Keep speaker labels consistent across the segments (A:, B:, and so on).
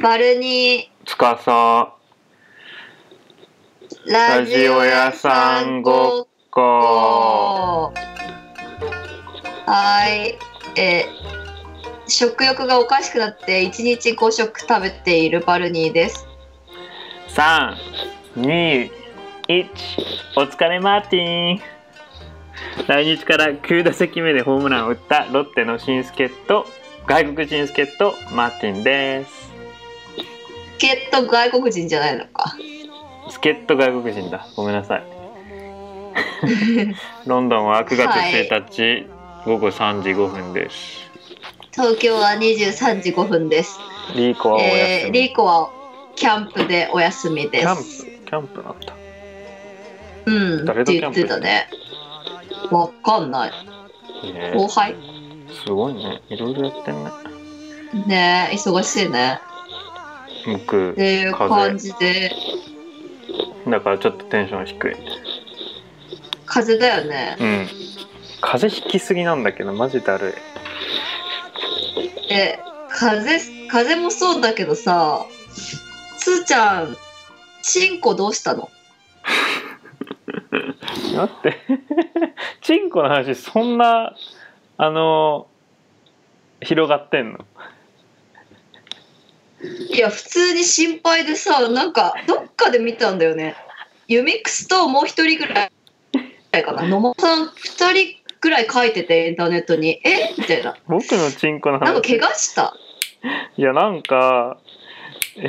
A: 丸に
B: つかさ
A: ラ
B: ラ
A: ジ
B: ジ
A: オ
B: オ
A: 屋
B: 屋
A: さ
B: さ
A: ん
B: ん
A: ご
B: ご
A: っ
B: っ
A: こ
B: こ
A: はいえー食欲がおかしくなって1日5食食べているバルニーです
B: 三二一お疲れマーティン来日から9打席目でホームランを打ったロッテの新助っ人外国人助っ人マーティンです
A: きっと外国人じゃないのか
B: 助っ人外国人だごめん なさいロンドンは9月1日、午後3時5分です
A: 東京は23時5分です、
B: リーコはお
A: え
B: 休
A: ー、
B: み、
A: リーコはキャンプでお休みで
B: キャン
A: す
B: プキャンプなんだ
A: うんっ
B: 誰と
A: て
B: キャ
A: 言っ
B: ンプ
A: てたねわかんない
B: いいね
A: 後輩
B: すごいねいろいろやってんね
A: ねえ忙しいね
B: 僕
A: っていう
B: 風
A: 感じで
B: だからちょっとテンション低い
A: 風だよね
B: うん風邪ひきすぎなんだけどマジだる
A: で風風もそうだけどさすーちゃんチンコどうしたの
B: い待って チンコの話そんなあの広がってんの
A: いや普通に心配でさなんかどっかで見たんだよねユミックスともう一人ぐらいかな野間さん二人ぐらい書いててインターネットにえみたいな
B: 僕のチンコの
A: なんか
B: 話
A: 怪我した
B: いやなんかえ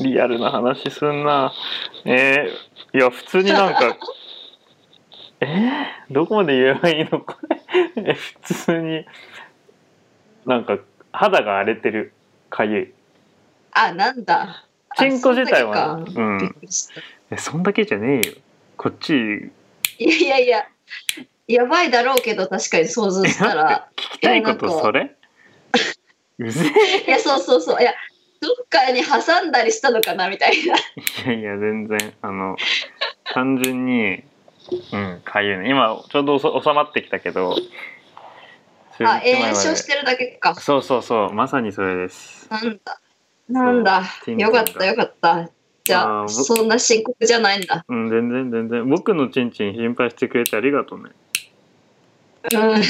B: ーリアルな話すんなえーいや普通にな んかえーどこまで言えばいいのこれ え普通になんか肌が荒れてるかゆい
A: あなんだあ
B: チンコ自体
A: そん
B: は
A: だけか
B: うん
A: びっくりした
B: えそんだけじゃねえよこっち
A: いやいやいややばいだろうけど確かに想像した ら
B: 聞きたい
A: いや
B: こ
A: なん
B: と
A: か
B: それうぜ
A: いやそうそうそういやどっかに挟んだりしたのかなみたいな
B: えいやいや全然 あの単純にうんかゆいね今ちょうどおそ収まってきたけど数日
A: あ
B: 前ま
A: 炎
B: で
A: 症してるだけか
B: そうそうそうまさにそれです
A: なんだなんだ
B: そう
A: よかったよかったじゃ
B: あ
A: あ
B: ー僕
A: そんな深刻じゃないんだ
B: うん全然全然僕のチンチン心配してくれてありがとうね
A: うん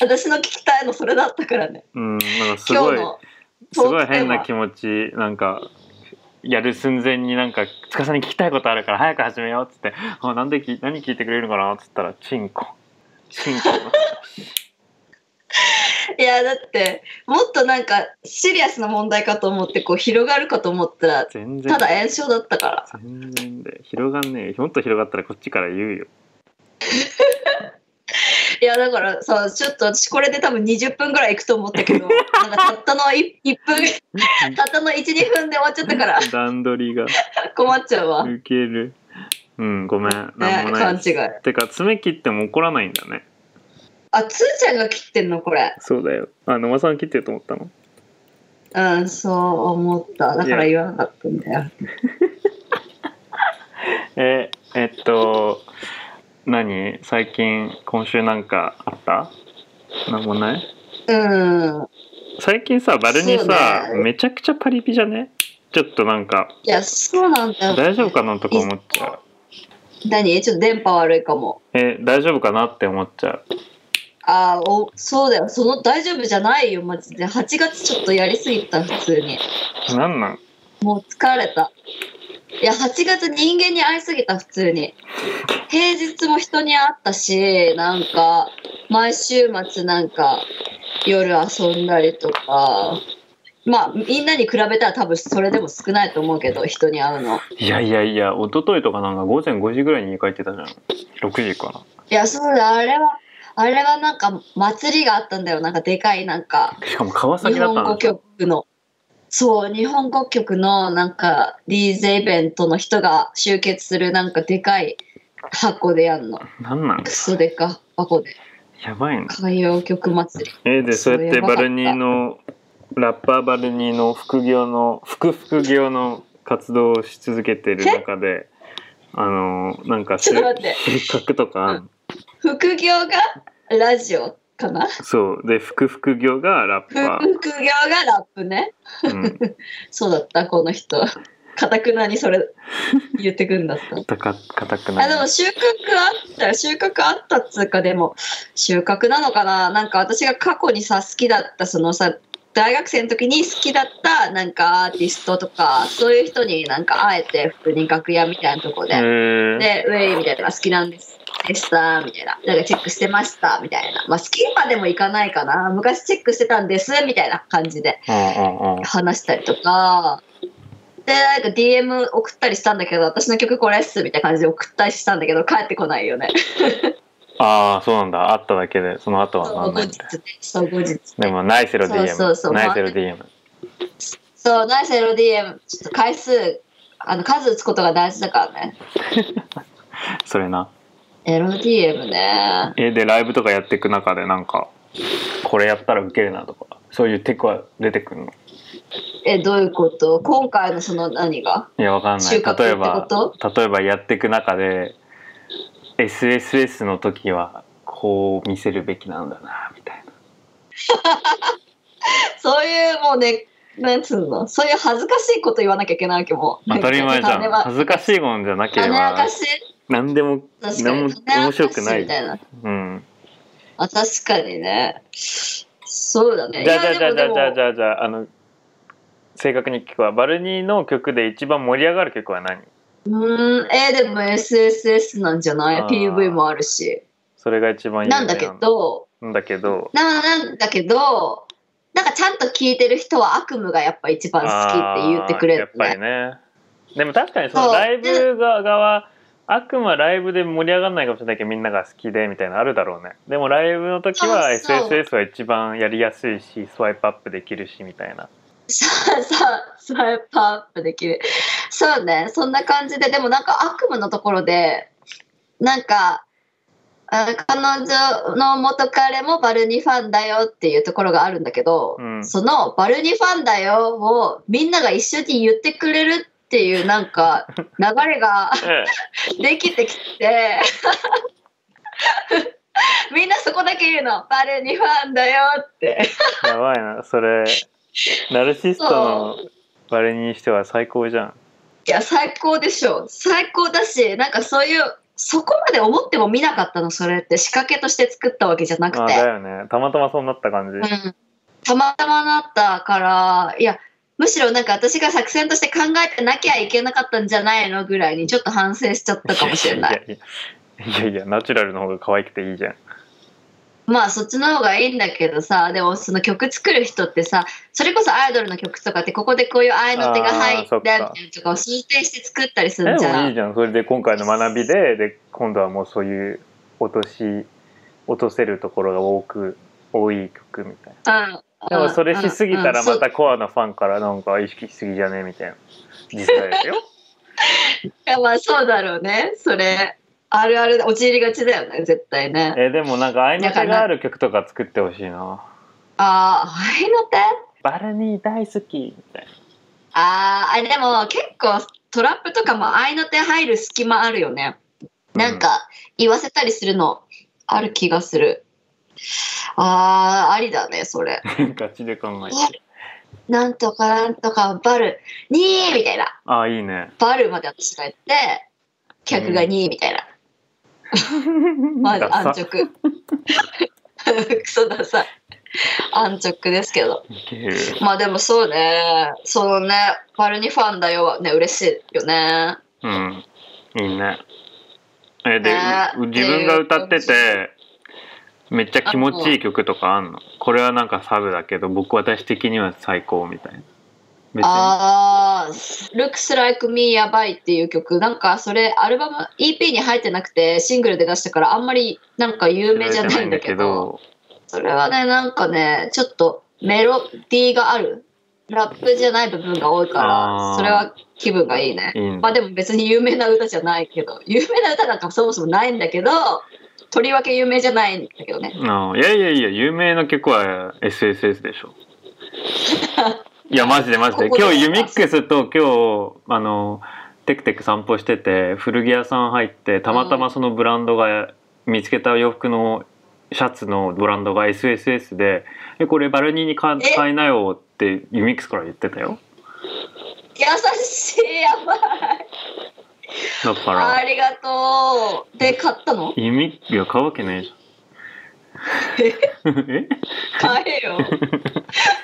A: 私の聞きたいのそれだったからね
B: うんなんかす
A: 今
B: ご
A: 日
B: い
A: の
B: すごい変な気
A: 持ち
B: 持ちなんかやる寸前になんか「司に聞きたいことあるから早く始めよう」っつって「あなんでき何聞いてくれるのかな?」っつったら「チンコ」「チンコの
A: いやだってもっとなんかシリアスな問題かと思ってこう広がるかと思ったら」
B: 全然
A: ただ炎症だったから
B: 全然で広がんねえよもっと広がったらこっちから言うよ
A: いやだからさちょっと私これで多分20分ぐらいいくと思ったけ どなんかたったの 1, 分たったの12分で終わっちゃったから
B: 段取りが
A: 困っちゃうわ。ね、
B: ウケるうんごめんなんもない
A: 勘
B: で
A: 違
B: す
A: い。
B: てか爪切っても怒らないんだね
A: あ、つーちゃんが切ってんのこれ。
B: そうだよあ野間さん切ってると思ったの
A: うん、そう思った。だから
B: い
A: 言わなかったんだよ。
B: ええっと何最近今週なんかあったなんもない
A: うん。
B: 最近さバルニ
A: そう
B: さ、
A: ね
B: めちゃくちゃパリピじゃねちょっとなんか
A: いや、そうなんだよ。
B: 大丈夫かなとか思っちゃう
A: 何ちょっと電波悪いかも。
B: え大丈夫かなって思っちゃ
A: あお、そうだよ。その大丈夫じゃないよ、マジで。8月ちょっとやりすぎた、普通に。
B: うなんなん
A: もう疲れた。いや、8月人間に会いすぎた、普通に。平日も人に会ったし、なんか、毎週末なんか、夜遊んだりとか、まあ、みんなに比べたら多分それでも少ないと思うけど、人に会うの。
B: いやいやいや一昨日とかなんか午前5時ぐらいに家帰ってたじゃん6時かない
A: や、そうだ、あれは、あれはなんか、祭りがあったんだよ。なんか、でかい、なんか、
B: しかも川
A: 日
B: 崎だっ
A: 本
B: た
A: 語
B: んだよ
A: 曲のそう日本語曲のなんか DJ イベントの人が集結するなんかでかい箱でやんの
B: なんなん
A: クソでか箱で
B: やばいな
A: 歌謡曲祭り
B: えでそうやってバルニーのラッパーバルニーの副業の副副業の活動をし続けてる中であのなんか
A: ち
B: 収
A: ょっと待って
B: 穫とかあんの
A: 副業がラジオかな
B: そうで副副業がラッ
A: 副業
B: パ
A: がラップね。
B: ー、うん、
A: そうだった、この人。かたくなにそれ言ってくんだった。
B: たか硬く
A: あで
B: な
A: も
B: い
A: 収穫あったよ収穫あったっつうかでも収穫なのかななんか私が過去にさ好きだったそのさ大学生の時に好きだったなんかアーティストとかそういう人になんか会えて普通に楽屋みたいなとこで、
B: えー、
A: で「ウェイ」みたいな「好きなんです」でしたみたいな「なんかチェックしてました」みたいな「まあ、好きまでもいかないかな昔チェックしてたんです」みたいな感じで
B: うんうんうん
A: 話したりとか、で、なんか DM 送ったりしたんだけど、私の曲これっすみたいな感じで送ったりしたんだけど、帰ってこないよね。
B: ああそうなんだあっただけでその後は
A: そ
B: な
A: うん後
B: ない
A: 日ね、そう後日。
B: でもナイスロ DM
A: そうそうそう
B: ナイスロ DM
A: そう、ナイス LDM、ちょっと回数、あの数打つことが大事だからね。
B: それな
A: LDM ね。
B: えでライブとかやっていく中でなんかこれやったらウケるなとかそういうテクは出てくるの
A: え、どういうこと今回のその何が
B: いやわかんな
A: 収
B: い
A: 穫
B: 例え
A: っ
B: ば
A: て
B: 例えばやっていく中で SSS の時はこう見せるべきなんだなみたいな
A: そういうもうね、なんつうのそういう恥ずかしいこと言わなきゃいけないわけも う。
B: 当たり前じゃ
A: 種
B: ん
A: は
B: 恥ずかしいもんじゃなけれ
A: 種明
B: ば
A: かし
B: 何でも
A: 確か
B: 何も
A: に。種明
B: 面
A: かし
B: 白くな
A: みたい
B: い
A: な。
B: うん
A: あ確かにね。そうだね。
B: じゃあ
A: い
B: じ
A: や
B: ゃあじ
A: で
B: ゃあじゃあ
A: も
B: じゃあじゃあじゃああの正確に聞くわバルニーの曲で一番盛り上がる曲は何
A: でもうーん、えーでも SSS なんじゃない
B: あー
A: ?PV もあるし。
B: それが一番有名
A: なんだけど、
B: なんだけど
A: ななんだけど、なんかちゃんと聞いてる人は悪夢がやっぱ一番好きって言ってくれる
B: あーやっぱ
A: ね。
B: りねでも確かにそ
A: そ
B: の
A: う
B: ライブ側側悪魔ライブで盛り上がらないかもしれないけどみんなが好きでみたいなのあるだろうねでもライブの時は
A: そうそう
B: SSS は一番やりやすいしスワイプアップできるしみたいな
A: そうそう、スワイプアップできる。そうね、そんな感じで、でもなんか悪夢のところで、なんか、あ彼女の元彼もバルニファンだよっていうところがあるんだけど、
B: うん
A: そのバルニファンだよをみんなが一緒に言ってくれるっていうなん か流れが
B: え
A: できてきて、 みんなそこだけ言うの、バルニファンだよって。
B: えやばいなそれナルシストのバレにしては最高じゃん
A: いや最高でしょ最高だしなんかそういうそこまで思っても見なかったのそれって仕掛けとして作ったわけじゃなく
B: あ
A: て、
B: だよねたまたまそうなった感じ、
A: うん、たまたまだったからいやむしろなんか私が作戦として考えてなきゃいけなかったんじゃないのぐらいにちょっと反省しちゃったかもしれない
B: いやいやいやいやいやナチュラルの方が可愛くていいじゃん
A: まあそっちの方がいいんだけどさでもその曲作る人ってさそれこそアイドルの曲とかってここでこういう合いの手が入って
B: あーそっ
A: みたいな
B: か
A: のとかを想定して作ったりす
B: で
A: るんじゃん
B: もいいじゃんそれで今回の学びでで今度はもうそういう落とし落とせるところが多く多い曲みたい
A: うん
B: なでもそれしすぎた
A: うんう
B: ら
A: んそう
B: またコアなファンからなんか意識しすぎじゃねみたいな実 際ですよ
A: いやまあそうだろうねそれあるある陥りがちだよね絶対ね
B: えでもなんか愛の手がある曲とか作ってほしいな
A: ああ愛の手
B: バルニー大好きみたい
A: あーあでも結構トラップとかも愛の手入る隙間あるよね
B: な
A: なん、か言わせたりするのある気がするあーありだねそれ
B: うんガチで考えて
A: なんとかなんとかバルにーみたいな
B: ああいい ね
A: バルまで私が言って客がにーみたいな、まず
B: ダサ
A: 安直 クソダサい安直ですけど
B: いける
A: まあでもそうね、そのね、バルニファンだよはね、嬉しいよね。
B: うんいいねえで、
A: ね
B: う自分が歌っててめっちゃ気持ちいい曲とかあんのこれはなんかサブだけど僕私的には最高みたいな別に
A: ああ、Looks Like Me やばいっていう曲、なんかそれアルバム EP に入ってなくてシングルで出したからあんまりなんか有名じゃないんだけど、それはね、なんかね、ちょっとメロディーがある。ラップじゃない部分が多いか
B: あ
A: ら
B: ー、
A: それは気分がいいね。
B: いいん
A: ま
B: だ
A: あでも別に有名な歌じゃないけど、有名な歌なんかそもそもないんだけど、とりわけ有名じゃないんだけどね。
B: あーいやいやいや有名な曲は SSS でしょいやマジでマジで
A: ここで
B: 今日ユミックスと今日あのテクテク散歩してて古着屋さん入ってたまたまそのブランドが見つけた洋服のシャツのブランドが SSS で「えこれバルニーに買
A: え
B: 買いなよ」ってユミックスから言ってたよ
A: 優しいやばい
B: だか
A: あ
B: ら
A: りがとうで買った の
B: ユミックが買うわけないじゃん え
A: 買えよ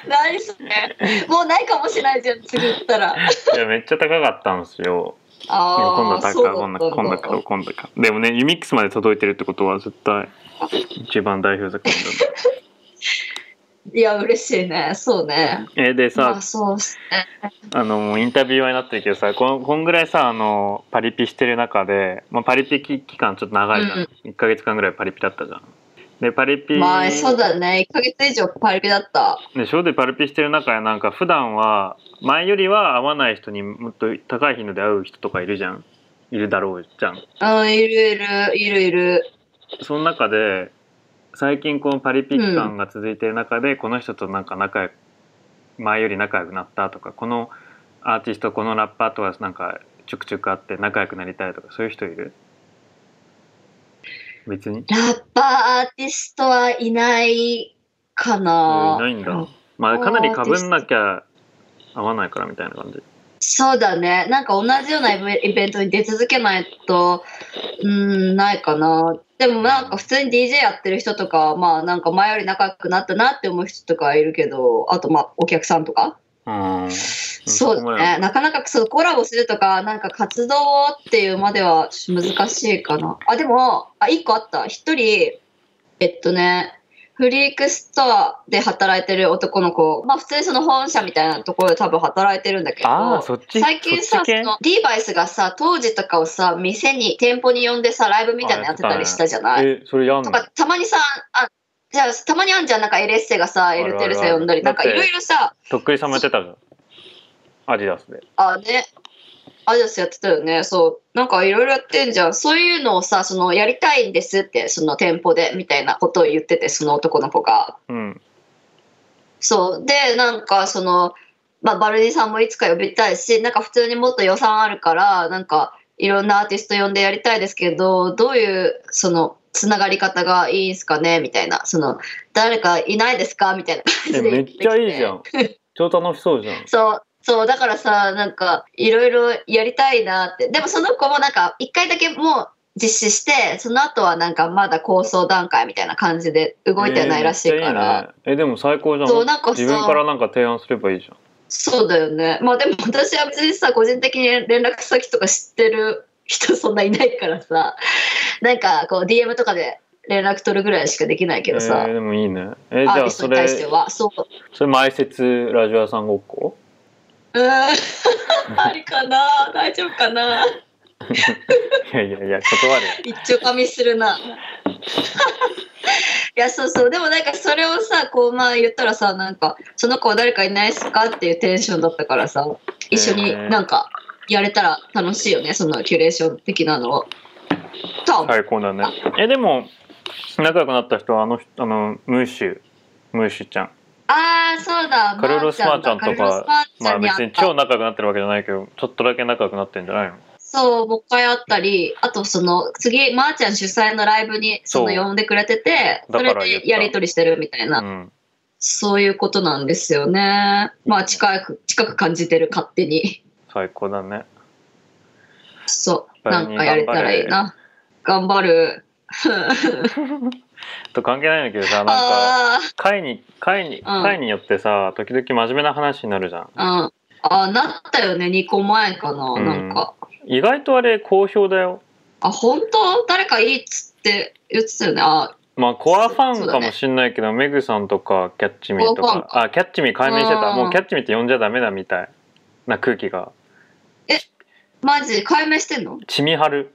A: 何それもうないかもしれないじゃん次行ったら
B: いやめっちゃ高かったんですよいや
A: あ
B: 今度
A: あ
B: 高
A: そうだ
B: い
A: った
B: 今
A: んだ
B: 度今度買う今度買うでもねユミックスまで届いてるってことは絶対一番代表作なんだ
A: いや嬉しいねそうね
B: えでさ
A: まあそうっすね
B: あのもうインタビューはになってるけどさこんこんぐらいさあのパリピしてる中で、まあ、パリピ期期間ちょっと長いじゃん、
A: うん
B: 1か月間ぐらいパリピだったじゃんでパリピ、
A: まあそうだね1ヶ月以上パリピだった
B: でショーでパリピしてる中でなんか普段は前よりは会わない人にもっと高い頻度で会う人とかいるじゃんいるだろうじゃん
A: うんいるいるいるいる
B: その中で最近このパリピ期間が続いてる中で、この人となんか仲良く前より仲良くなったとかこのアーティストこのラッパーとはなんかちょくちょく会って仲良くなりたいとかそういう人いる別にい
A: ラッパーアーティストはいないかな
B: ないんだまあかなりかぶんなきゃ合わないからみたいな感じ
A: そうだねなんか同じようなイベイベントに出続けないとうんないかなでもなんか普通に DJ やってる人とかまあなんか前より仲良くなったなって思う人とかいるけどあとまあお客さんとか
B: うん
A: そう
B: こ
A: だ
B: までは
A: ねなかなかそうコラボするとかなんか活動っていうまでは難しいかなあでもあ1個あった1人えっとねフリークストアで働いてる男の子まあ普通にその本社みたいなところで多分働いてるんだけど
B: ああそっち
A: 最近
B: そ
A: さ
B: っち系
A: そのリーバイスがさ当時とかをさ店に店舗に呼んでさライブみたいなのやってたりしたじゃない、
B: えそれやん
A: と
B: の
A: かたまにさあじゃあたまにあんじゃんなんかエレッセがさエルテルセ呼んだり
B: あ
A: なん
B: る
A: か
B: あるあ
A: い
B: る
A: ろいろさ
B: とっくりさんもやってたじゃんアディダスで
A: あねアジャスやってたよねそうなんかいろいろやってんじゃんそういうのをさそのやりたいんですってその店舗でみたいなことを言っててその男の子が
B: うん
A: そうでなんかその、まあ、バルディさんもいつか呼びたいしなんか普通にもっと予算あるからなんかいろんなアーティスト呼んでやりたいですけどどういうそのつながり方がいいんすかねみたいなその誰かいないですかみたいな感
B: え
A: じで
B: めっちゃいいじゃ
A: ん
B: ん超楽しそうじゃん
A: そうそうだからさなんかいろいろやりたいなってでもその子もなんか一回だけもう実施してその後はなんかまだ構想段階みたいな感じで動いてないらしいから、
B: えーめっちゃいいね、えでも最高じゃん
A: そうなんかさ
B: 自分からなんか提案すればいいじゃん
A: そうだよね。まあでも私は別にさ、個人的に連絡先とか知ってる人そんないないからさ、なんかこう DM とかで連絡取るぐらいしかできないけどさ
B: えー、でもいいねえじ
A: アー
B: ゃ
A: ティ
B: あ
A: ス
B: そ
A: トに対
B: れ
A: しては、そう。
B: それ前説ラジオ屋さんごっこ
A: う ーん、ありかな大丈夫かない
B: やいやいや断るよ
A: 一丁噛みする な。いやそうそうでもなんかそれをさこうまあ言ったらさなんかその子は誰かいないっすかっていうテンションだったからさ一緒になんかやれたら楽しいよねそのキュレーション的なのを。とは思う
B: 最高だねえでも仲良くなった人はあの人あのムーシュムーシュちゃん
A: ああそうだ
B: カルロス
A: まーだ
B: まーちゃんとか
A: カルロスまーち
B: ま
A: ゃ
B: あ
A: んに
B: 別
A: 会
B: に
A: った
B: 超仲良くなってるわけじゃないけどちょっとだけ仲良くなってんじゃないの
A: そうもう一回会ったりあとその次まーちゃん主催のライブにそ
B: そう
A: の呼んでくれてて
B: だ
A: そ
B: から
A: れ
B: 言った
A: でやり取りしてるみたいな、
B: うん
A: そういうことなんですよねまあ近く近く感じてる勝手に
B: 最高だね
A: そう
B: バ
A: な
B: ルニ
A: ん
B: ー
A: かやれたらいいな頑張る
B: と関係ないんだけどさなんか
A: あ
B: 会に会に会によってさ時々真面目な話になるじゃん
A: あーうんあーなったよね2個前かな、
B: うん
A: なんか
B: 意外とあれ好評だよ
A: あ本当誰かいいっつって言ってたよねあ
B: まあコアファ
A: そ
B: ン
A: うだ
B: か
A: ね
B: もしんないけど、メグさんとかキャッチミーと
A: コアファ
B: か
A: ン
B: あキャッチミー解明してた
A: うん
B: もうキャッチミーって呼んじゃダメだみたいな空気が
A: マジ解明してん の
B: ちみはる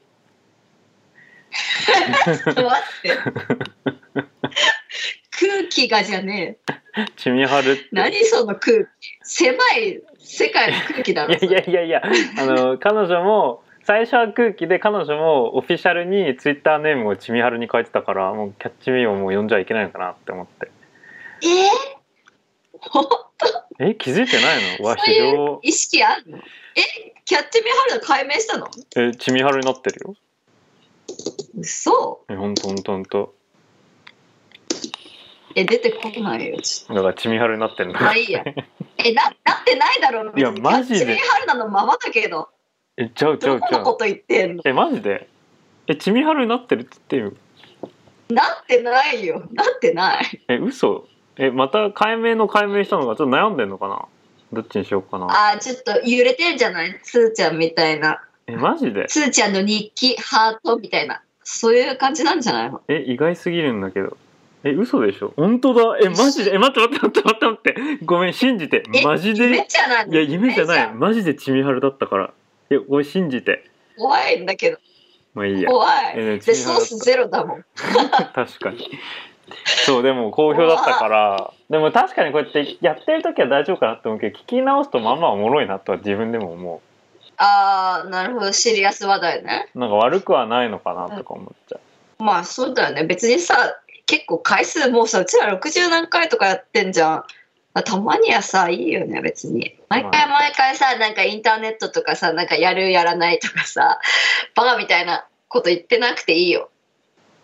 A: ちょっと待って。空気がじゃねえ。
B: ちみはるって
A: 何その空気。狭い世界の空気だろ。
B: いやいやいやいやあの彼女も最初は空気で彼女もオフィシャルにツイッターネームをちみはるに変えてたからもうキャッチミーをもう呼んじゃいけないのかなって思って
A: えーほ
B: え気づいてないのわ
A: そう
B: 非
A: いう
B: 常
A: 意識あるのえキャッチミーハルド解明したの
B: えちみはるになってるよ
A: 嘘
B: えほんとほんとほんと
A: え、出てこない よ、ちょっ
B: だからちみはるになってんだ
A: と。まあいいや。え、な、なってないだろう、
B: いやマジで
A: キャッチミーハルナのままだけど、
B: えちゃうちゃ
A: ど
B: う
A: こ
B: ちゃ
A: の
B: う
A: こと言ってんの
B: えマジでえちみはるになってるって言ってよ
A: なってないよ。なってない。
B: え嘘えまた解明の解明したのがちょっと悩んでんのかなどっちにしようかな
A: あー、ちょっと揺れてんじゃないつーちゃんみたいな。
B: えマジで
A: つーちゃんの日記、ハートみたいな。そういう感じなんじゃないの
B: え意外すぎるんだけどえ嘘でしょ本当だえマジでえ待って待って待って待って待ってごめん信じて
A: え
B: マジ
A: 夢
B: で
A: じゃないの
B: いや夢じゃ
A: 夢
B: ないマジでちみはるだったからいやごめん信じて
A: 怖いんだけど、
B: まあいいや
A: 怖い。
B: え
A: で、
B: ちみは
A: ソー
B: るだ
A: スゼロだもん。
B: 確かにそうでも好評だったからでも確かにこうやってやってる時は大丈夫かなって思うけど聞き直すとまあまあおもろいなとは自分でも思
A: あー、なるほど。シリアス話題ね。
B: うなんか悪くはないのかなとか思っちゃ
A: まあ、そうだよね。別にさ、結構回数もうさ、うちら60何回とかやってんじゃん。まあたまにはさ、いいよね、別に。毎回毎回さ、なんかインターネットとかさ、なんかやるやらないとかさ、バカみたいなこと言ってなくていいよ。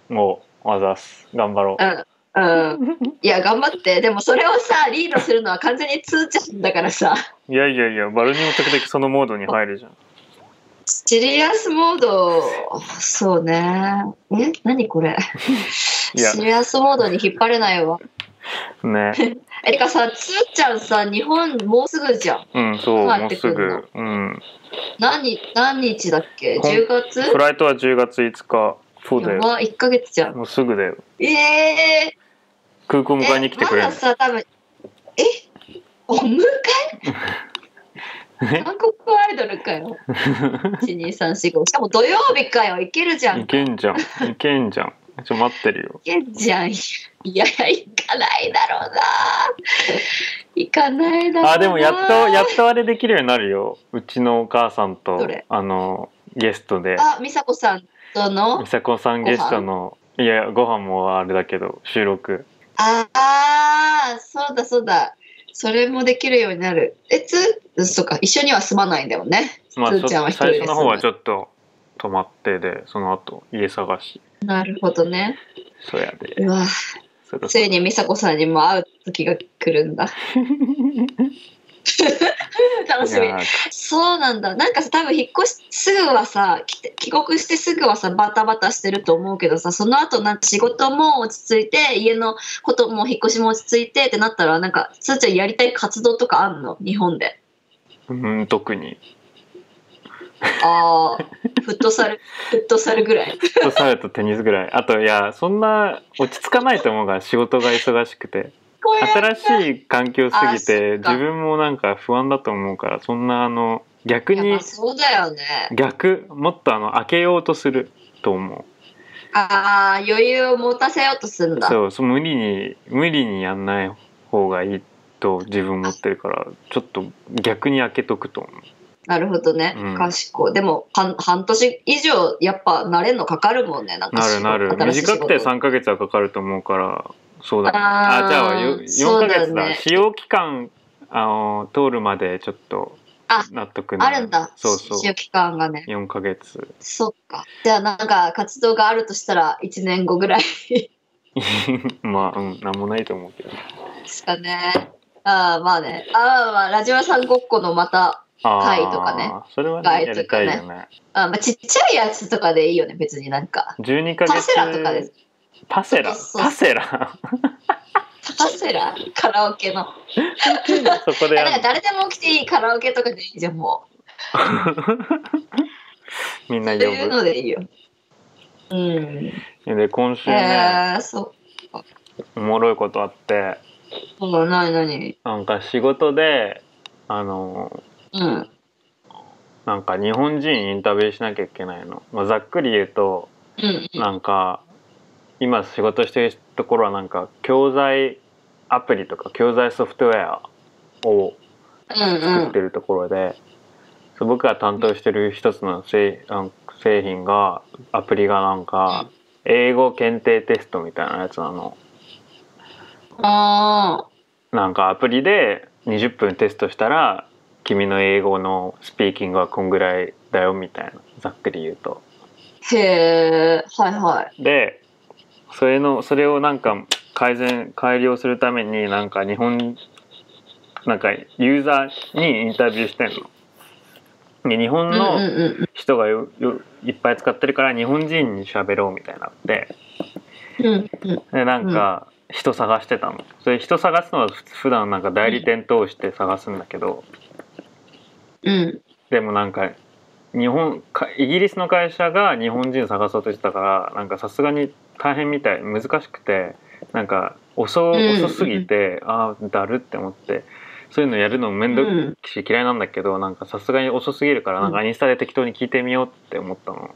B: うもうあざっす頑張ろう
A: うん。いや、頑張って。でもそれをさ、リードするのは完全につーちゃんだからさ、
B: いやいやいやバルニーも時々そのモードに入るじゃん
A: シリアスモード、そうね。え何これ
B: いや
A: シリアスモードに引っ張れないわ。
B: ね
A: え、てかさ、つーちゃんさ、日本もうすぐじゃん。
B: うんそう
A: 帰
B: も
A: っ
B: う
A: て
B: す
A: くんの
B: ぐうん
A: 何、何日だっけ
B: こん
A: ?10 月
B: フライトは10月5日そうだ
A: や
B: よ
A: ば、1ヶ月じゃん。
B: もうすぐだよ
A: ええ
B: 空港
A: ー、
B: 迎えに来てくれ
A: えま
B: る
A: ださ、多分、えお迎 え韓国アイドルかよ。1、2、3、4、5。しかも土曜日かよ。いけるじゃん。
B: いけんじゃんいけんじゃんちょ待ってる よ
A: けんじゃん。いやいや、行かないだろう な。行かないだろうな。
B: あでもやっとやっとあれできるようになるようちのお母さん
A: ど
B: と
A: れ
B: あのゲストで
A: あ、美佐子さんとの
B: 美。佐子さんゲストのいやご飯もあれだけど収録
A: ああ、そうだそうだ。それもできるようになる。え、つ、そうか、一緒には住まないんだよね。
B: まあ
A: つーちゃんは一人
B: 最
A: で
B: 初の方はちょっと泊まってでその後家探し
A: なるほどね。
B: そうやで
A: うわ、
B: それ
A: ついに美佐子さんにも会う時が来るんだ。 楽し
B: い
A: み。
B: や
A: そうなんだ。なんかさ、多分引っ越し、すぐはさ、来て帰国してすぐはさ、バタバタしてると思うけどさ、その後なんか仕事も落ち着いて、家のことも引っ越しも落ち着いてってなったら、なんか、つーちゃんやりたい活動とかあんの日本で。
B: うん特に
A: ああ、フットサル、フットサルぐらい。
B: フットサルとテニスぐらいあといやそんな落ち着かないと思うから仕事が忙しくて新しい環境すぎて
A: あそっか
B: 自分もなんか不安だと思うからそんなあの逆
A: いやま
B: に
A: あそうだよね。
B: 逆もっとあの開けようとすると思
A: ああ、余裕を持たせようとするん
B: う
A: だ。
B: そうそう無理に無理にやんない方がいいと自分思ってるからちょっと逆に開けとくと思う
A: なるほどね。
B: うん
A: 賢い。でも、半半年以上、やっぱ慣れるのかかるもんね。なんか
B: なるなる
A: 新しい仕
B: 短
A: 事
B: くて3ヶ月はかかると思うからそうだね
A: あー
B: あじゃあよ4
A: そ
B: ヶ
A: うだよ
B: 月
A: ね
B: だ使用期間あの通るまでちょっと
A: あ
B: 納得
A: あるんだ。
B: そうそう
A: 使用期間がね。
B: 4ヶ月
A: そっか。じゃあ、なんか、活動があるとしたら、1年後ぐらい
B: まあうんなんもないと思うけど
A: ですかね。ああ、まあね。ああ、まあ、ラジオ屋さんごっこのまた、
B: あー
A: 会とかね
B: それは
A: 会
B: ね
A: と
B: や
A: かね
B: りたいよね
A: あーまあ、ちっちゃいやつとかでいいよね、別になんか。
B: 12ヶ月
A: パセラとかです
B: パセラ
A: そうそう
B: パセラ
A: 高セラカラオケの。
B: そこ
A: え
B: でや
A: なんか
B: る
A: 誰でも来ていいカラオケとかでいいじゃん、もう。
B: みんな
A: そう
B: 呼
A: いう
B: ぶ
A: のでいいよ。うん。
B: で今週ね、
A: えー、そ
B: おもろいことあって
A: う。うん、なになに。
B: なんか仕事であの
A: うん。
B: なんか日本人インタビューしなきゃいけないの、まあ、ざっくり言うと
A: うん。
B: なんか今仕事してるところはなんか教材アプリとか教材ソフトウェアを
A: うん
B: 作っ。てるところで、そう僕が担当してる一つの製あの製品がアプリがなんか英語検定テストみたいなやつなの
A: うん。あ
B: なんかアプリで20分テストしたら君の英語のスピーキングはこんぐらいだよみたいなざっくり言うと
A: あ。へえ。はいはい。
B: でそれのそれをなんか改善改良するためになんか日本なんかユーザーにインタビューしてんの。で日
A: う
B: 本
A: んうん
B: の
A: うん
B: 人がよよいっぱい使ってるから日本人に喋ろうみたいになって
A: うんうん
B: でなんか人探してたの。それ人探すのはふ普段なんか代理店通して探すんだけど。
A: うん
B: でもなんか日本かイギリスの会社が日本人探そうとしてたからなんかさすがに大変みたい難しくてなんか遅
A: うん
B: 遅すぎて、ああだるって思ってそういうのやるのも面倒く
A: うん
B: し嫌いなんだけどなんかさすがに遅すぎるからなんかインスタで適当に聞いてみようって思ったの。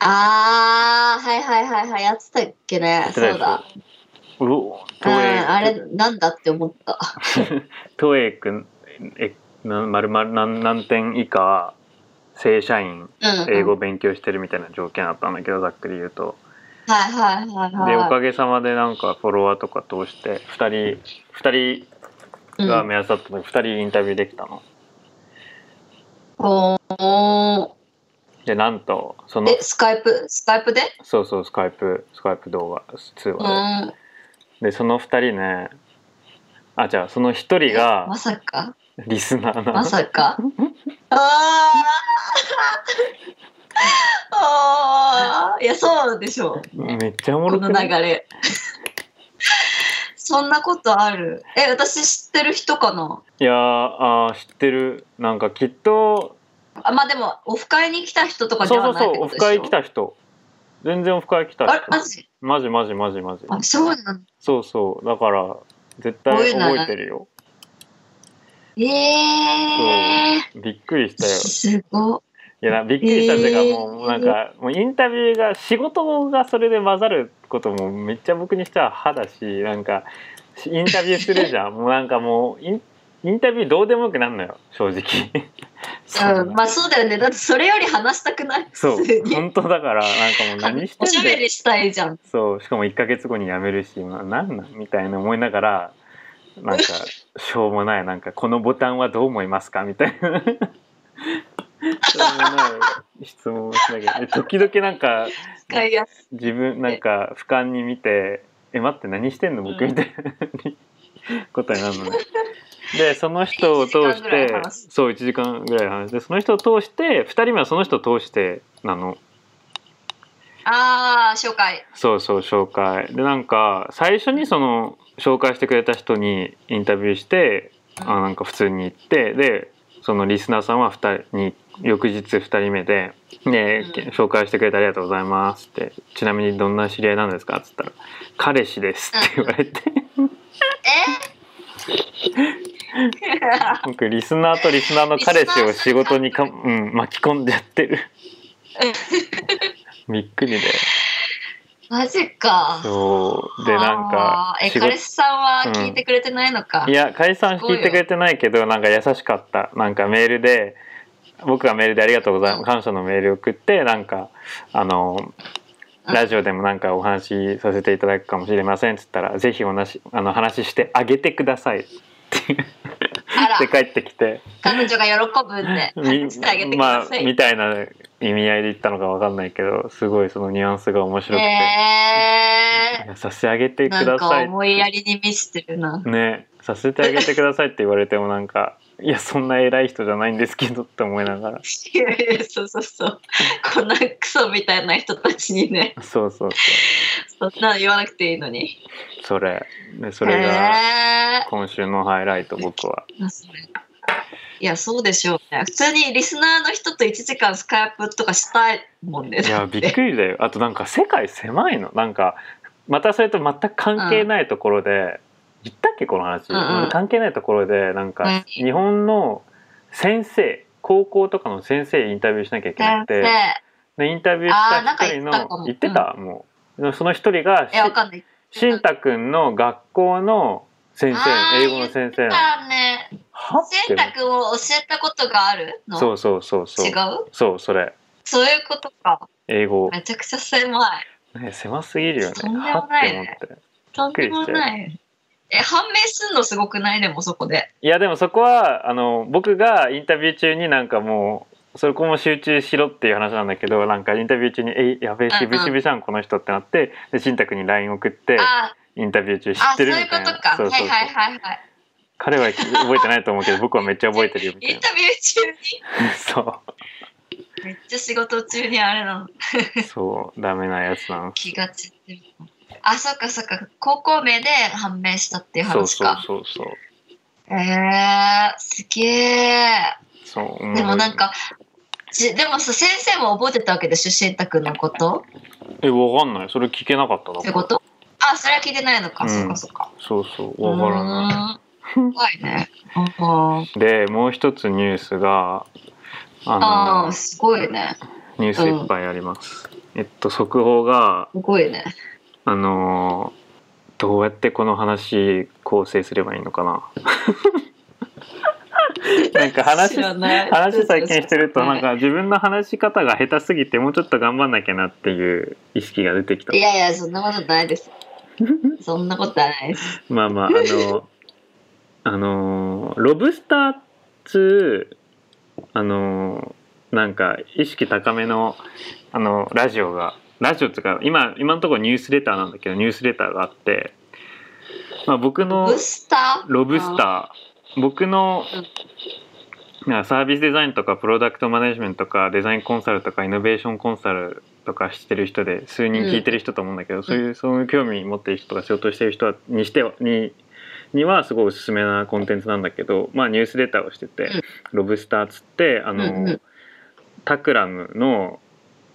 A: ああはいはいはいはいやってたっけね
B: てたでしょ
A: そうだ
B: うお
A: うん
B: 東映
A: あれなんだって思った
B: 東映くんえなまるまる何何点以下正社
A: う
B: 員
A: ん
B: 英語勉強してるみたいな条件あったんだけどざっくり言うと。
A: はいはいはいはい
B: でおかげさまでなんかフォロワーとか通して2人2人が目指った時2人インタビューできたの。
A: おお
B: でなんとそ
A: ー
B: の
A: えスカイプスカイプで
B: そうそうスカイプスカイプ動画通
A: うん
B: 話ででその2人ねあじゃあその1人が
A: まさか
B: リスナーな
A: ま
B: の
A: さかあーあーいやそうでしょうね
B: めっちゃおも
A: こ
B: ろ
A: の
B: くな
A: 流
B: い
A: れそんなことあるえ私知ってる人かない
B: やーあー知ってるなんかきっと
A: あまあでもオフ会に来た人とか
B: そう
A: では
B: そう
A: ない
B: そ
A: って
B: う
A: こ
B: オ
A: と
B: フ
A: でしょ
B: 会来た人全然オフ会来た
A: あれマジ
B: 人マジマジマジマジ
A: あそうなんだ
B: そうそうだから絶
A: こうい
B: 対
A: うのは
B: 覚えてるよ
A: え
B: びっくりし
A: ー、
B: たよ。
A: すごっ
B: いやなびっくりしたっていう
A: え
B: か、
A: ー
B: もうなんかもうインタビューが仕事がそれで混ざることもめっちゃ僕にしては歯だしなんかしインタビューするじゃ んもうなんかもうインインタビューどうでもよくなるのよ正直。そ
A: うんん、
B: な
A: まあそうだよねだってそれより話したくない
B: そう
A: 普通に
B: 本当だからなんかもう何して
A: おしゃ
B: んだ
A: べ
B: よ
A: りしたいじゃん
B: そうしかも1ヶ月後に辞めるしななんなんみたいな思いながらなんか しょうもないなんかこのボタンはどう思いますかみたいなしょうもない質問をしなきゃで時々なんか
A: 使いやす
B: 自分なんか俯瞰に見て「え待って何してんの僕」
A: うん
B: みたいなことになるのね。でその人を通
A: 1時間
B: し
A: ぐら
B: て
A: い話す
B: そう1時間ぐらい話してその人を通して2人目はその人を通してなの。
A: ああ紹介
B: そうそう紹介でなんか最初にその紹介してくれた人にインタビューしてあなんか普通に行ってでそのリスナーさんは2人に翌日2人目で、ね
A: うん
B: 紹介してくれてありがとうございます」って「ちなみにどんな知り合いなんですか?」っつったら「彼氏です」って言われて 僕リスナーとリスナーの彼氏を仕事にか、うん、巻き込んじゃってる びっくりで
A: マジか
B: そうでなんか
A: あーえ
B: 仕事
A: 彼氏さんは聞いてくれてないのか、
B: いや解散聞いてくれてないけどなんか優しかったなんかメールで僕がメールで「ありがとうございます」感謝のメールを送ってなんかあの
A: うん
B: ラジオでもなんかお話しさせていただくかもしれませんっつったら「ぜひおなしあの話してあげてください」って
A: あら
B: で帰ってきて
A: 彼女が喜ぶんで
B: み
A: 話してあげてく
B: ま
A: だ
B: あ
A: さい、
B: みたいな意味合いで言ったのかわかんないけどすごいそのニュアンスが面白くて
A: え
B: 「させてあげて
A: ー、
B: く
A: なん
B: だ
A: か
B: さい」
A: 思いやりに見せてるな
B: ねさせてあげてくださいって言われてもなんかいやそんな偉い人じゃないんですけどって思いながら
A: いやいやそうそうそうこんなクソみたいな人たちにね
B: そうそうそう
A: そんなの言わなくていいのに
B: それでそ
A: そ
B: れが
A: え
B: 今週のハイライト僕 は
A: ーまあそれいやそうでしょうね普通にリスナーの人と1時間スカイプとかしたいもんね
B: いや
A: だて
B: びっくりだよあとなんか世界狭いのなんかまたそれと全く関係ないところで言ったっけこの話、
A: うんうん
B: 関係ないところでなん
A: う
B: か
A: ん
B: 日本の先生高校とかの先生インタビューしなきゃいけな
A: 先生
B: くてでインタビューした一人の
A: あーなんか言ってたかも
B: 言ってた、もうその一人が
A: えわかんない
B: しんたくんの学校の先
A: あ
B: 生、
A: ー
B: 英語の先生なの。
A: だね
B: はって
A: 選択を教えたことがあるの
B: そうそうそうそう
A: 違。う
B: そう、それ。
A: そういうことか
B: 英語。
A: めちゃくちゃ狭い
B: ね、狭すぎるよね。
A: とんでもない
B: はって思って。
A: とんでもないえ判明すんのすごくないでもそこで
B: いや、でもそこは、あの、僕がインタビュー中になんかもう、そこも集中しろっていう話なんだけど、なんかインタビュー中に、え、やべえ、
A: うんうん
B: しぶしぶじゃん、この人ってなって、で、しんたくんに LINE 送って、
A: あ
B: インタビュー中知
A: あ
B: っ
A: そ
B: て
A: う
B: る
A: いう
B: み
A: こ
B: たい
A: と
B: な
A: か
B: そうそうそう、
A: はいはいはいはい
B: 彼は覚えてないと思うけど僕はめっちゃ覚えてるよみた
A: イン
B: い
A: タビュー中に
B: なそ
A: めっちゃ仕事中にあれなの
B: うそうダメなやつなの
A: 気が散ってるあそっかそっか高校名で判明したっていう
B: そう
A: 話
B: そう
A: か
B: そうそう
A: えー、すげえ
B: そう
A: でもなんかじでもさ先生も覚えてたわけでしょ慎太くんのこと
B: えわかんないそれ聞けなかったの
A: ってことあそれは聞いてないのか、
B: うん
A: そっかそっか
B: そうそうわからない
A: い怖いねあー
B: でもう一つニュースが
A: あ
B: あの
A: ーすごいね
B: ニュースいっぱいあります、えっと速報が
A: すごいね
B: あのーどうやってこの話構成すればいいの かななんか話
A: 知らない
B: 話最近して るとなん
A: は
B: か自分の話し方が下手すぎてもうちょっと頑張んなきゃなっていう意識が出てきた
A: いいやいやそんなことないですそんなことはないです
B: まあまああのあのーロブスターっつうあのーなんか意識高めのあのラジオがラジオっていうか今今のところニュースレターなんだけどニュースレターがあって、まあ、僕の
A: ブスター
B: ロブスター僕のなんかサービスデザインとかプロダクトマネジメントとかデザインコンサルとかイノベーションコンサルとかしてる人で数人聞いてる人と思うんだけど、そういうそういう興味持ってる人とか仕事してる人はにしてはににはすごいおすすめなコンテンツなんだけど、まあ、ニュースレターをして
A: う
B: て、
A: ん
B: ロブスターっつってあの、
A: うんうん
B: タクラムの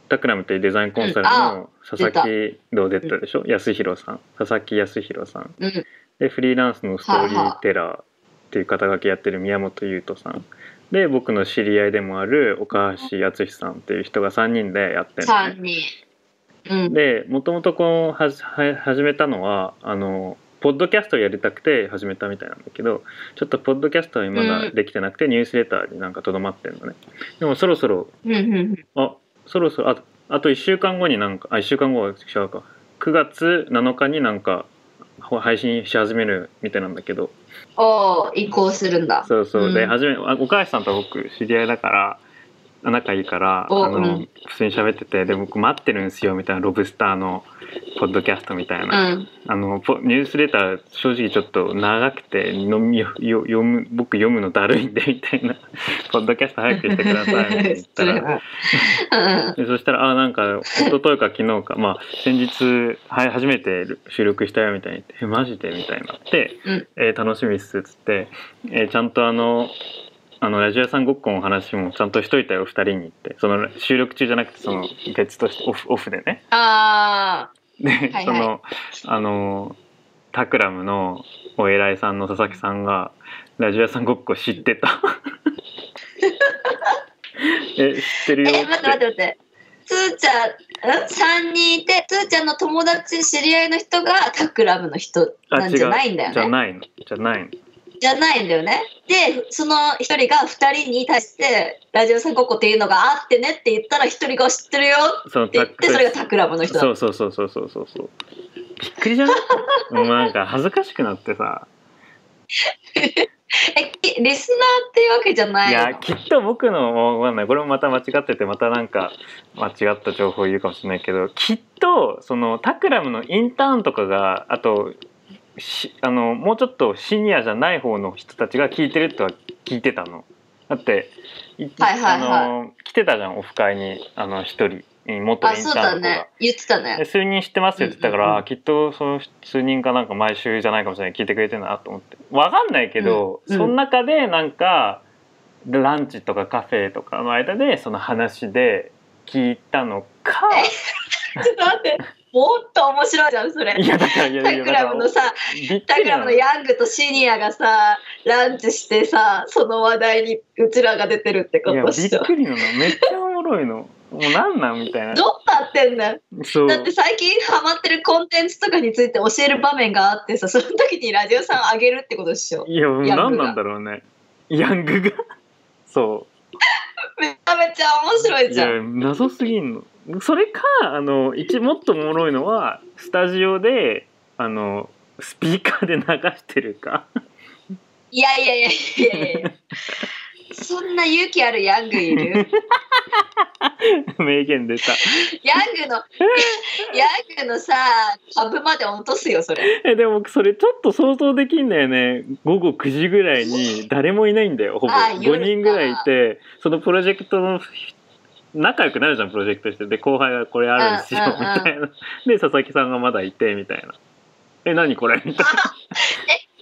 B: タクラムというデザインコンサル
A: う
B: の佐
A: 出
B: 々
A: た
B: 木どう Z でしょ、安弘さん佐々木安弘さん
A: うん
B: でフリーランスのストーリーテラーっていう肩書きやってる宮本優斗さんで僕の知り合いでもある岡橋敦史さんっていう人が3人でやってるのね、
A: 3人うん
B: でもともとこのはじは始めたのはあのポッドキャストをやりたくて始めたみたいなんだけどちょっとポッドキャストはまだできてなくて、ニュースレターになんかとどまってんのねでもそろそろ
A: うんうんうん
B: あそろそろああと1週間後になんかあ1週間後は違うか9月7日になんかほ配信し始めるみたいなんだけど
A: おー移行するんだ
B: そうそう、で
A: うん
B: 初めあ岡橋さんと僕知り合いだからあ仲いいからあ
A: おう
B: の、
A: ん
B: 普通に喋っててで僕待ってるんですよみたいなロブスターのポッドキャストみたいうな、
A: ん
B: あのポニュースレター正直ちょっと長くてのみよよ読む僕読むのだるいんでみたいな 「ポッドキャスト早くしてください」みたいな言ったら。
A: ら
B: でそしたら「あなんか一昨日か昨日かまあ先日はい初めて収録したよ」みたいに言ってえ「マジで?」みたいになって「
A: うん
B: えー楽しみっす」っつって、えーちゃんとあのあのラジオ屋さんごっこの話もちゃんとしといたよ二人に言ってその収録中じゃなくてその別としてオフオフでね
A: あ
B: で、
A: はい
B: そのあのタクラムのお偉いさんの佐々木さんがラジオ屋さんごっこ知っ てたえ知ってる
A: ー
B: よ
A: え待って待っ
B: って
A: て待ってつーちゃんん3人いてつーちゃんの友達知り合いの人がタクラムの人なんじゃないんだよ
B: じゃ
A: ね
B: ないのじゃないの
A: じゃないんだよねでその1人が2人に対して「ラジオさんここっていうのがあってね」って言ったら1人が知ってるよ
B: その
A: って言ってそれがタクラムの人だ
B: そうそうそうそうそうそうそうびっくりじゃない もうなんか恥ずかしくなってさ
A: えきリスナーっていうわけじゃない
B: い
A: の
B: やきっと僕のもうわかんないこれもまた間違っててまたなんか間違った情報言うかもしれないけどきっとそのタクラムのインターンとかがあとしあのもうちょっとシニアじゃない方の人たちが聞いてるとは聞いてたの。だって、い
A: はいはいはい
B: あの来てたじゃんオフ会にあの一人元
A: あ
B: イン
A: そう
B: ターン
A: だ
B: の子が
A: ね。言ってた
B: で
A: ね
B: 数人知ってますよって言ったから、
A: うんうんうん
B: きっとその数人かなんか毎週じゃないかもしれない聞いてくれてるなと思ってわかんないけど、
A: うんうん
B: その中でなんかランチとかカフェとかの間でその話で聞いたのか
A: ちょっと待ってもっと面白いじゃんそれ
B: いやだからいや
A: タ
B: いや
A: ク
B: だか
A: ラ
B: ら
A: ムのさ
B: びっ
A: タ
B: く
A: ク
B: りな
A: ラムのヤングとシニアがさランチしてさその話題にうちらが出てるってこ
B: いや
A: とっ
B: びっ
A: しょ
B: くりなのめっちゃおもろいのもうなんなんみたいな
A: どうなってんだよ
B: そう
A: だって最近ハマってるコンテンツとかについて教える場面があってさその時にラジオさんあげるってことっしょ
B: いやもう
A: ヤングが
B: なんなんだろうねヤングが そう
A: めちゃめちゃ面白い
B: い
A: じゃ
B: や
A: ん
B: 謎すぎんのそれかあの一もっとおもろいのはスタジオであのスピーカーで流してるか
A: いやいやいやい やいやいやそんな勇気あるヤングいる
B: 名言出た。
A: ヤングの ヤングのさ株まで落とすよそれ
B: えでも僕それちょっと想像できんだよね午後9時ぐらいに誰もいないんだよほぼ
A: あ夜か
B: 5人ぐらいいてそのプロジェクトの仲良くなるじゃんプロジェクトしてで後輩がこれあるんですよ
A: うん
B: み
A: うん
B: たいなで佐々木さんがまだいてみたいなえ何これみ たい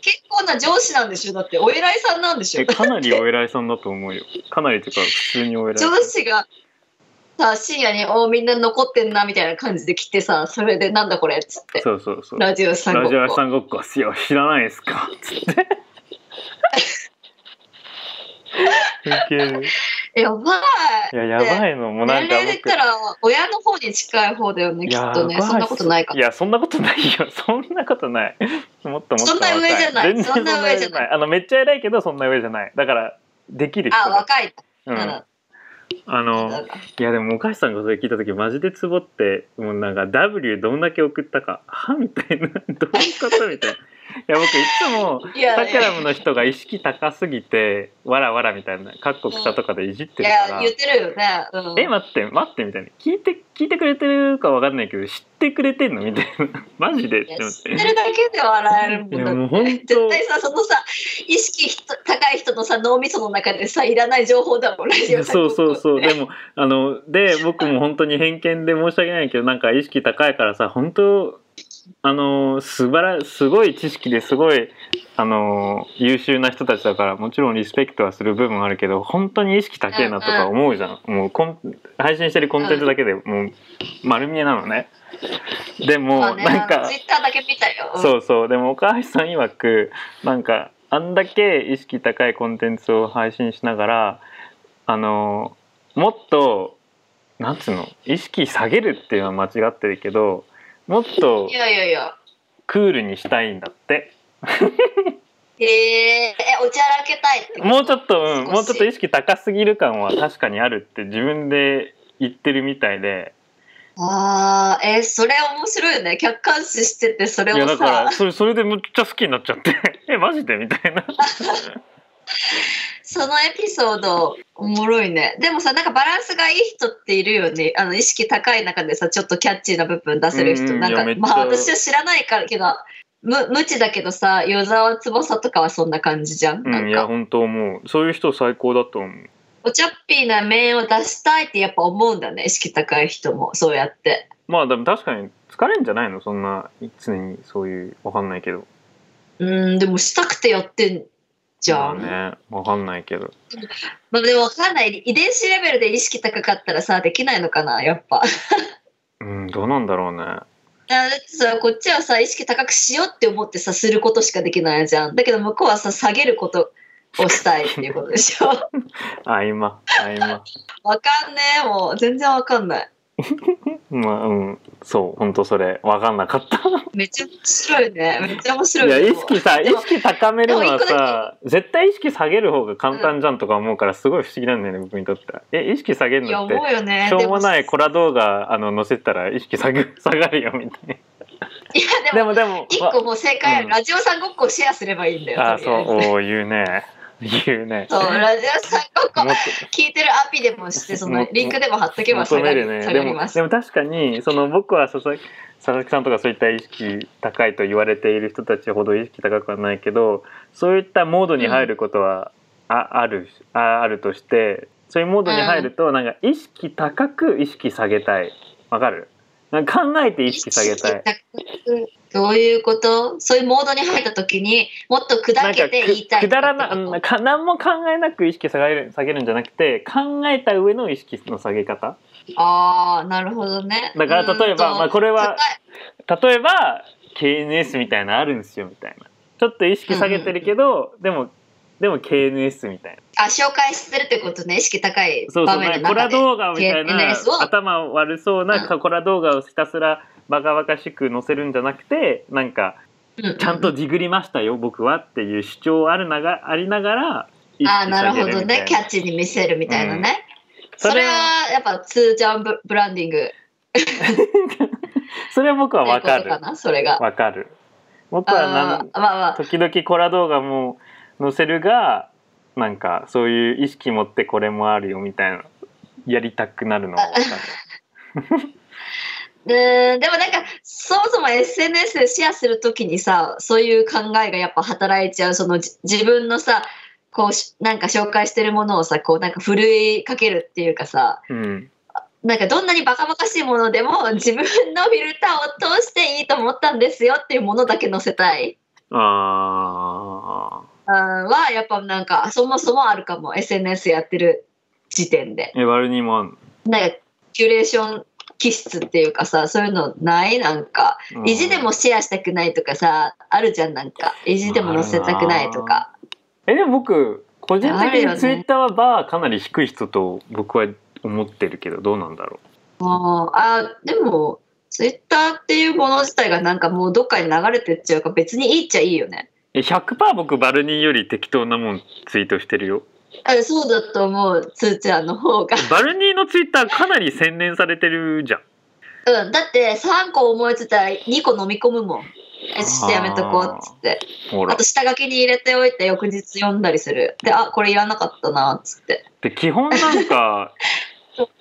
A: 結構な上司なんでしょだってお偉いさんなんでし
B: な
A: ょ
B: えかなりお偉いさんだと思うよかなりっていうか普通にお偉いさん
A: 上司がさ深夜に「おーみんな残ってんな」みたいな感じで来てさそれで「なんだこれ」っつって
B: そうそうそう
A: ラジオさん
B: ラジ
A: ごっ
B: オ
A: こ
B: さんごっこっすよ知らないですかつ ってウケる
A: やばい
B: いややばいのもな
A: 年
B: んか
A: 齢で言っ
B: 僕
A: たら親の方に近い方だよねきっとね
B: やばい
A: そんなことないか
B: いやそんなことないよそんなことないもっともっと
A: そんな上じゃない
B: 若全然
A: そんな上じゃない
B: そんあのめっちゃ偉いけどそんな上じゃないだからできる人
A: あ
B: だ
A: 若い
B: うん、
A: な
B: あ
A: な
B: の
A: んか
B: いやでもお菓子さんがそれ聞いた時マジでツボってもうなんか W どんだけ送ったかはみたいなどういうことみたいないや僕いつも
A: いや
B: タ
A: い
B: クラ
A: や
B: ムの人が意識高すぎてわらわらみたいな各国社とかでいじって
A: い
B: るから、
A: や言ってるよね、うん、
B: え待って待ってみたいな聞いて聞いてくれてるかわかんないけど知ってくれてんのみたいなマジでっ
A: い
B: て
A: や
B: 思っ
A: 知っててるだけで笑えるもんだ
B: いやもう
A: っ
B: ほんと
A: て絶対さそのさ意識ひと高い人のさ脳みその中でさいらない情報だもんラジオさん
B: そうそうそう
A: ね
B: でもあので僕も本当に偏見で申し訳ないけどなんか意識高いからさ本当あの素晴らすごい知識ですごいあの優秀な人たちだからもちろんリスペクトはする部分あるけど本当に意識高いなとか思うじゃん、もうコン配信してるコンテンツだけでもう丸見えなのねでも、
A: まあね
B: なんか
A: ツイッターだけ見たようん
B: そうそうでも岡橋さん曰くなんかあんだけ意識高いコンテンツを配信しながらあのもっとなんつうの意識下げるっていうのは間違ってるけどもっと
A: いやいやいや
B: クールにしたいんだって
A: へええおちゃらけたいって
B: もうちょっと、うん、
A: 少し
B: もうちょっと意識高すぎる感は確かにあるって自分で言ってるみたいで
A: あーえそれ面白いよね客観視しててそれ
B: いや
A: を
B: だか
A: さ
B: らそれそれでむっちゃ好きになっちゃって えマジでみたいな。
A: そのエピソードおもろいねでもさなんかバランスがいい人っているよねあの意識高い中でさちょっとキャッチーな部分出せる人、
B: うん
A: なんか
B: いやめっちゃ
A: まあ私は知らないからけどむ無知だけどさ与沢翼とかはそんな感じじゃん,、
B: う、
A: なんん
B: いや
A: か
B: 本当思うそういう人最高だと思う。
A: おちゃっぴーな面を出したいってやっぱ思うんだよね意識高い人もそうやって
B: まあでも確かに疲れんじゃないのそんな常にそういうわかんないけど
A: うんでもしたくてやってんじゃん、
B: まあねわかんないけど
A: まあでもわかんない遺伝子レベルで意識高かったらさできないのかなやっぱ
B: うんどうなんだろうね
A: だってさこっちはさ意識高くしようって思ってさすることしかできないじゃんだけど向こうはさ下げることをしたいっていうことでしょ
B: 合間 合
A: わかんねえもう全然わかんない
B: 間まあうんそう本当それわかんなかった
A: めっちゃ面白いねめっちゃ面白い
B: い
A: ね
B: や意
A: もう
B: 識さ意
A: でも
B: 識高めるのは
A: でも一個
B: さ絶対意識下げる方が簡単じゃんとか思うからすごい不思議なんだよね僕にとってはえ意識下げる
A: いや
B: のっ
A: 思
B: て
A: うよね
B: しょうもな
A: で
B: いコラ動画あの載せたら意識下げ下がるよみたい
A: いや
B: な
A: で
B: で
A: も
B: もでも
A: 一個もう正解ある、
B: うん
A: ラジオさんごっこをシェアすればいいんだよ
B: ああ
A: と
B: そ
A: りあえず
B: うおー言うね言うね
A: そうラジオさんごっこ
B: もっと
A: 聞いてるアピでもしてそのリンクでも貼っとけば下
B: 求
A: が
B: め
A: り,、
B: るね
A: 下
B: で
A: がり
B: も
A: ます
B: でも確かにその僕は佐々木佐々木さんとかそういった意識高いと言われている人たちほど意識高くはないけどそういったモードに入ることは、ああるああるとしてそういうモードに入ると、なんか意識高く意識下げたいわかるなんか考えて意識下げたい。
A: どういうことそういうモードに入った時にもっと
B: な
A: 砕
B: んか
A: け
B: く
A: て言いたい
B: くだら
A: ってこと
B: なか何も考えなく意識下げる下げるんじゃなくて考えた上の意識の下げ方
A: あーなるほどね
B: だから例えば、まあ、こ
A: れ
B: れは例えば KNS みたいなのあるんですよみたいなちょっと意識下げてるけど、でもでも KNS みたいな
A: あ紹介してるってことね意識高い
B: そう
A: 場
B: そうな
A: 面
B: ん
A: の
B: かコラ
A: 中で
B: 動画みたいな
A: KNS を
B: 頭悪そうなコラ動画をひたすらバカバカしく載せるんじゃなくてなんか
A: うん
B: ちゃんとディグりましたよ僕はっていう主張あるながありながら意
A: あー
B: 識
A: な
B: 下
A: る
B: げ
A: ほ
B: る
A: ど
B: みたい
A: ね
B: な
A: キャッチに見せるみたいなね、
B: そ
A: それ
B: れは
A: はやっぱツージャンブブランディング
B: それは僕はわか
A: ってこと
B: る
A: かなそれが
B: わかる僕は
A: あ
B: な
A: ーまあまあ
B: 時々コラ動画も載せるがなんかそういう意識持ってこれもあるよみたいなやりたくなるのは分かる。
A: ででもなんかそもそも SNS でシェアするときにさそういう考えがやっぱ働いちゃうそのじ自分のさこうしなんか紹介してるものをさこうなんかふるいかけるっていうかさ
B: うん、
A: なんかどんなにバカバカしいものでも自分のフィルターを通していいと思ったんですよっていうものだけ載せたい
B: あ
A: うんはやっぱなんかそもそもあるかも SNS やってる時点で
B: ーえ割にもあんの、
A: なんかキュレーション気質っていうかさそういうのないなんか
B: うん
A: 意地でもシェアしたくないとかさあるじゃんなんか意地でも載せたくないとか
B: えでも僕個人
A: ある
B: 的
A: よ
B: に
A: ね
B: ツイッターはバーかなり低い人と僕は思ってるけどどうなんだろ
A: もうあでもツイッターっていうもの自体がなんかもうどっかに流れてっちゃうから別にいいっちゃいいよね
B: うえ100%僕バルニーより適当なもんツイートしてるよ
A: あそうだと思うつーちゃんの方が、
B: バルニーのツイッターかなり洗練されてるじゃん
A: うん、だって3個思いついたら2個飲み込むもんえちょっとやめとこうっつって
B: ほ
A: あ
B: ら
A: と下書きに入れておいて翌日読んだりするであこれいらなかったなっつって
B: で基本な んか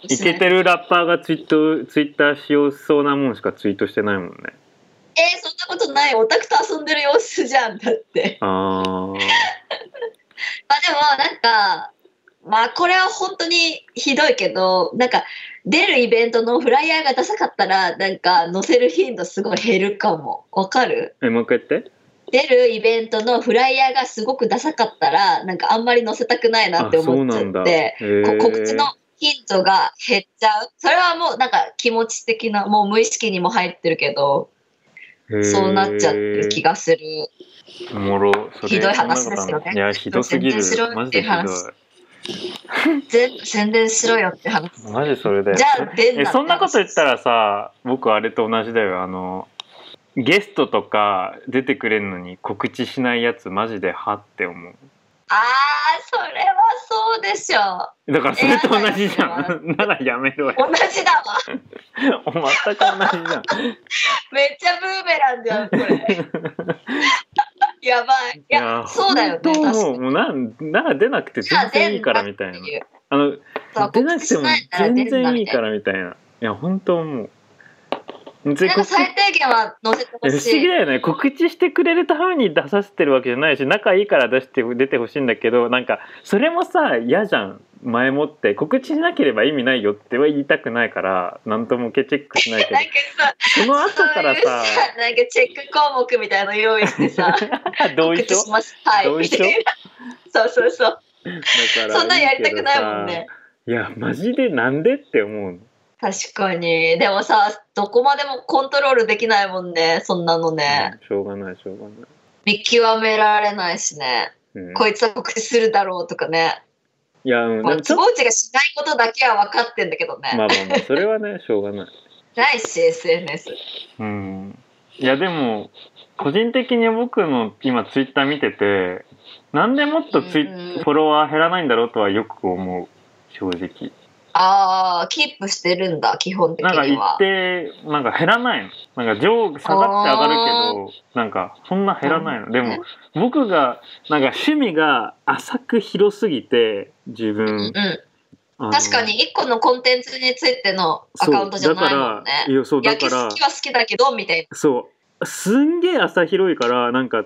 B: イケてるラッパーがツイートツイッターしようそうなもんしかツイートしてないもんね
A: えーそんなことないオタクと遊んでる様子じゃんだって
B: あー
A: まあでもなんかまあこれは本当にひどいけどなんか出るイベントのフライヤーがダサかったらなんか載せる頻度すごい減るかもわかる
B: えもう一回やって
A: 出るイベントのフライヤーがすごくダサかったらなんかあんまり載せたくないな
B: あ
A: って
B: そう
A: 思っち
B: な
A: ゃ
B: んだ
A: って、
B: へ
A: こ
B: ー
A: 告知の頻度が減っちゃうそれはもうなんか気持ち的なもう無意識にも入ってるけどそうなっちゃってる気がする
B: おもろそれ
A: ひどい話ですよね
B: そんなことあんのいやひどすぎ
A: 全
B: る
A: 然しろ
B: マ
A: っ
B: ジ
A: てい
B: で
A: う
B: ひどい
A: 話全部宣伝しろよって話
B: マジそれだよ
A: じゃあ出んな
B: え
A: って話
B: そんなこと言ったらさ僕あれと同じだよあのゲストとか出てくれるのに告知しないやつマジではって思
A: あーそれはそうでしょ
B: うだからそれと同じじ
A: えやだ
B: ゃん ならやめろよ
A: 同じだわ
B: お全く同じじゃん
A: めっちゃブーメランじゃんこれやばいいやそうだよね
B: 本当
A: 確か
B: もう
A: に
B: もうなんなら出なくて全然いいからみたいな
A: いう
B: あの
A: そう
B: 出なくても
A: 告知しないなら出るん
B: 全
A: だ
B: 然いい
A: みた
B: か
A: いな
B: らみたいないや本当もう全
A: なんか最低限は載せてほ
B: 不思
A: し
B: 議
A: い
B: だよね告知してくれるために出させてるわけじゃないし仲いいから出して出てほしいんだけどなんかそれもさ嫌じゃん前もって告知しなければ意味ないよっては言いたくないから何ともチェックしないけど
A: なんかさ
B: その後か
A: そう
B: ら
A: いうさ
B: さ
A: なんかチェック項目みたいなの用意してさ
B: 同意
A: 告知
B: 書
A: しますはい
B: 同意書
A: みたいなそうそうそう
B: だから
A: そんなんやりたくないもん
B: いい
A: ね
B: けどさいやマジでなんでって思うの
A: 確かにでもさどこまでもコントロールできないもんねそんなのね、
B: しょうがないしょうがない
A: 見極められないしね、
B: うん
A: こいつは告知するだろうとかね
B: いやうんで
A: まあ
B: もちょっ
A: 坪内がしないことだけは分かってんだけどね、
B: とまあまあまあそれはねしょうがない
A: ないし SNS
B: うん、いやでも個人的に僕の今ツイッター見ててなんでもっとツイ、
A: うん
B: フォロワー減らないんだろうとはよく思う正直
A: ああキープしてるんだ基本的
B: なんか
A: に
B: 一
A: は
B: 定なんか減らないのなんか上下がって上がるけどなんかそんな減らないのでも僕がなんか趣味が浅く広すぎて自分
A: うん、
B: あの
A: 確かに1個のコンテンツについてのアカウントじゃないもん
B: そうだからい
A: ね
B: やそうだ
A: 野球
B: から
A: 好きは好きだけどみたい
B: そうすんげえ朝広いからなんか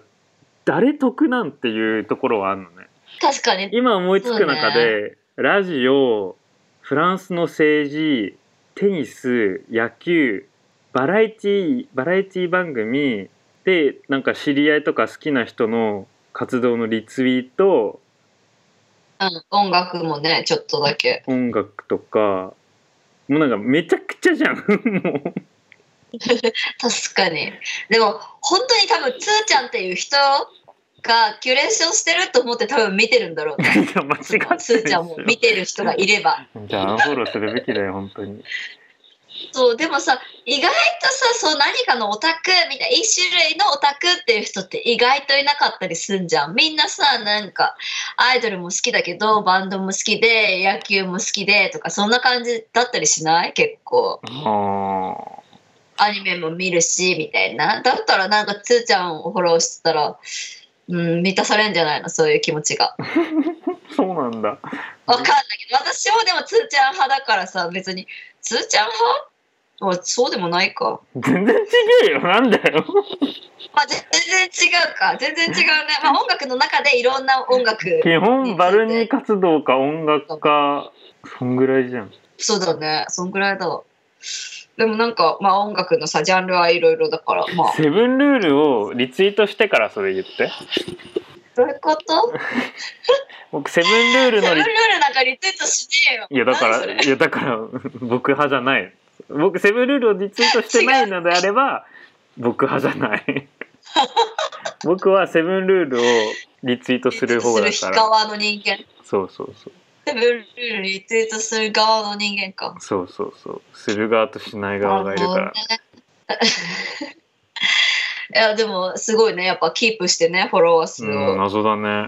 B: 誰得なんていうところはあるのね
A: な確かに
B: 今思いつく中で、ラジオフランスの政治テニス野球バラエティバラエティ番組でなんか知り合いとか好きな人の活動のリツイート
A: うん、音楽もねちょっとだけ
B: 音楽とかもうなんかめちゃくちゃじゃん も
A: 確かにでも本当に多分つーちゃんっていう人がキュレーションしてると思って多分見てるんだろう
B: う
A: ね
B: いや間違ってる
A: つーちゃんも見てる人がいれば
B: じゃあアンフォローするべきだよ本当に
A: そうでもさ意外とさそう何かのオタクみたいな一種類のオタクっていう人って意外といなかったりすんじゃんみんなさなんかアイドルも好きだけどバンドも好きで野球も好きでとかそんな感じだったりしない結構
B: ああ
A: アニメも見るしみたいなだったらなんかつーちゃんをフォローしてたらうん、満たされんじゃないのそういう気持ちが。
B: そうなんだ。
A: わかんないけど、私もでもつーちゃん派だからさ、別に、つーちゃん派まあ、そうでもないか。
B: 全然違うよ。なん だよ。
A: まあ、全然違うか。全然違うね。まあ、音楽の中でいろんな音 楽。
B: 基本バルニー活動か音楽か、そんぐらいじゃん。
A: そうだね。そんぐらいだわ。でもなんか、まあ音楽のさ、ジャンルはいろいろだから、まあ。
B: セブンルールをリツイートしてからそれ言って。
A: どういう こと
B: 僕、セブンルール
A: セブ
B: の
A: ンル
B: リ
A: ールなんかリツイートしねえよ。
B: いやだか
A: 何それ
B: らいやだから僕派じゃない僕セブンルールをリツイートしてないのであれば僕派じゃない 僕はセブンルールをリツイートする方だ
A: リツイ
B: か
A: ートする
B: ら
A: 側の人間。
B: そうそうそう
A: セブンルールリツイートする側の人間か。
B: そうそうそうする側としない側がいるか
A: な
B: ら
A: ほどねいや、でもすごいね。やっぱキープしてね、フォロワー数
B: うん
A: を。
B: 謎だねなん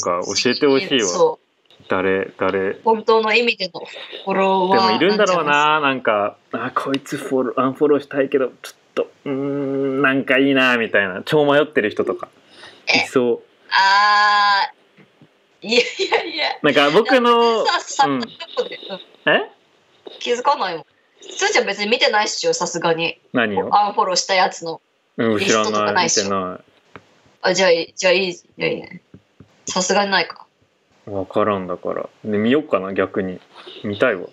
B: か教えてほしいわ
A: そう。
B: 誰誰
A: 本当の意味でのフォロ
B: で
A: ワー
B: もいるんだろ
A: な
B: う
A: ん
B: ななんかあこいつフォローアンフォローしたいけどちょっとうーんなんかいいなみたいな超迷ってる人とかいそう
A: じゃない。あー、いやいやいや。
B: なんか 僕の
A: さ、さ、
B: うん
A: どこでうん
B: え
A: 気づかないもん。すーちゃん別に見てないっしょ、さすがに。
B: 何を
A: アンフォローしたやつの。
B: うん
A: リ
B: 知
A: スト
B: ら
A: とか
B: な
A: ないい
B: 見
A: してょ
B: な
A: あ、じゃあいい、じゃあいい、じゃあいいね。さすがにないか。
B: い分からんだからで見よっかな逆に見たいわ
A: うん。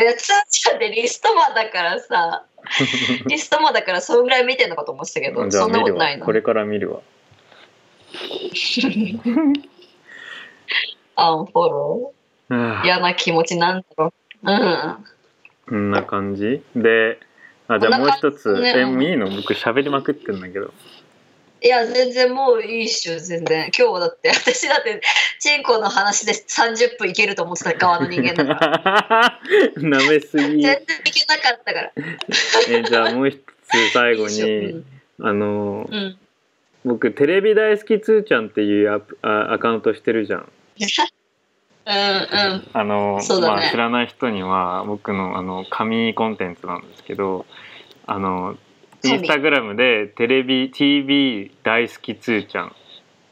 A: いや、つーちゃんってリストマだから さ、リストマだからそんぐらい見てんのかと思ってたけど、
B: じゃあ
A: そんな
B: 見
A: こと
B: る
A: な
B: わ
A: いの
B: こ。れから見るわ
A: アンフォロ
B: は
A: ー
B: あ
A: 嫌な気持ちなんだろう。うん。
B: こんな感じであじゃあもう一つ、
A: こんな
B: え
A: 感じね
B: いいの僕喋りまくってんだけど
A: いや、全然もういいっしょ、全然。今日はだって、私だって、チンコの話で30分いけると思ってた側の人間 だから。
B: なめす ぎ
A: 全然いけなかったから。
B: えじゃあもう一つ最後
A: いいっしょう
B: に
A: ん
B: あの
A: うん。
B: 僕テレビ大好きつーちゃんっていうアプあアカウントしてるじゃん
A: うんうん。
B: あの、
A: そうだね
B: まあ知らない人には僕のあの紙コンテンツなんですけどあのイ
A: 紙
B: ンスタグラムでテレビ TV 大好きつーちゃん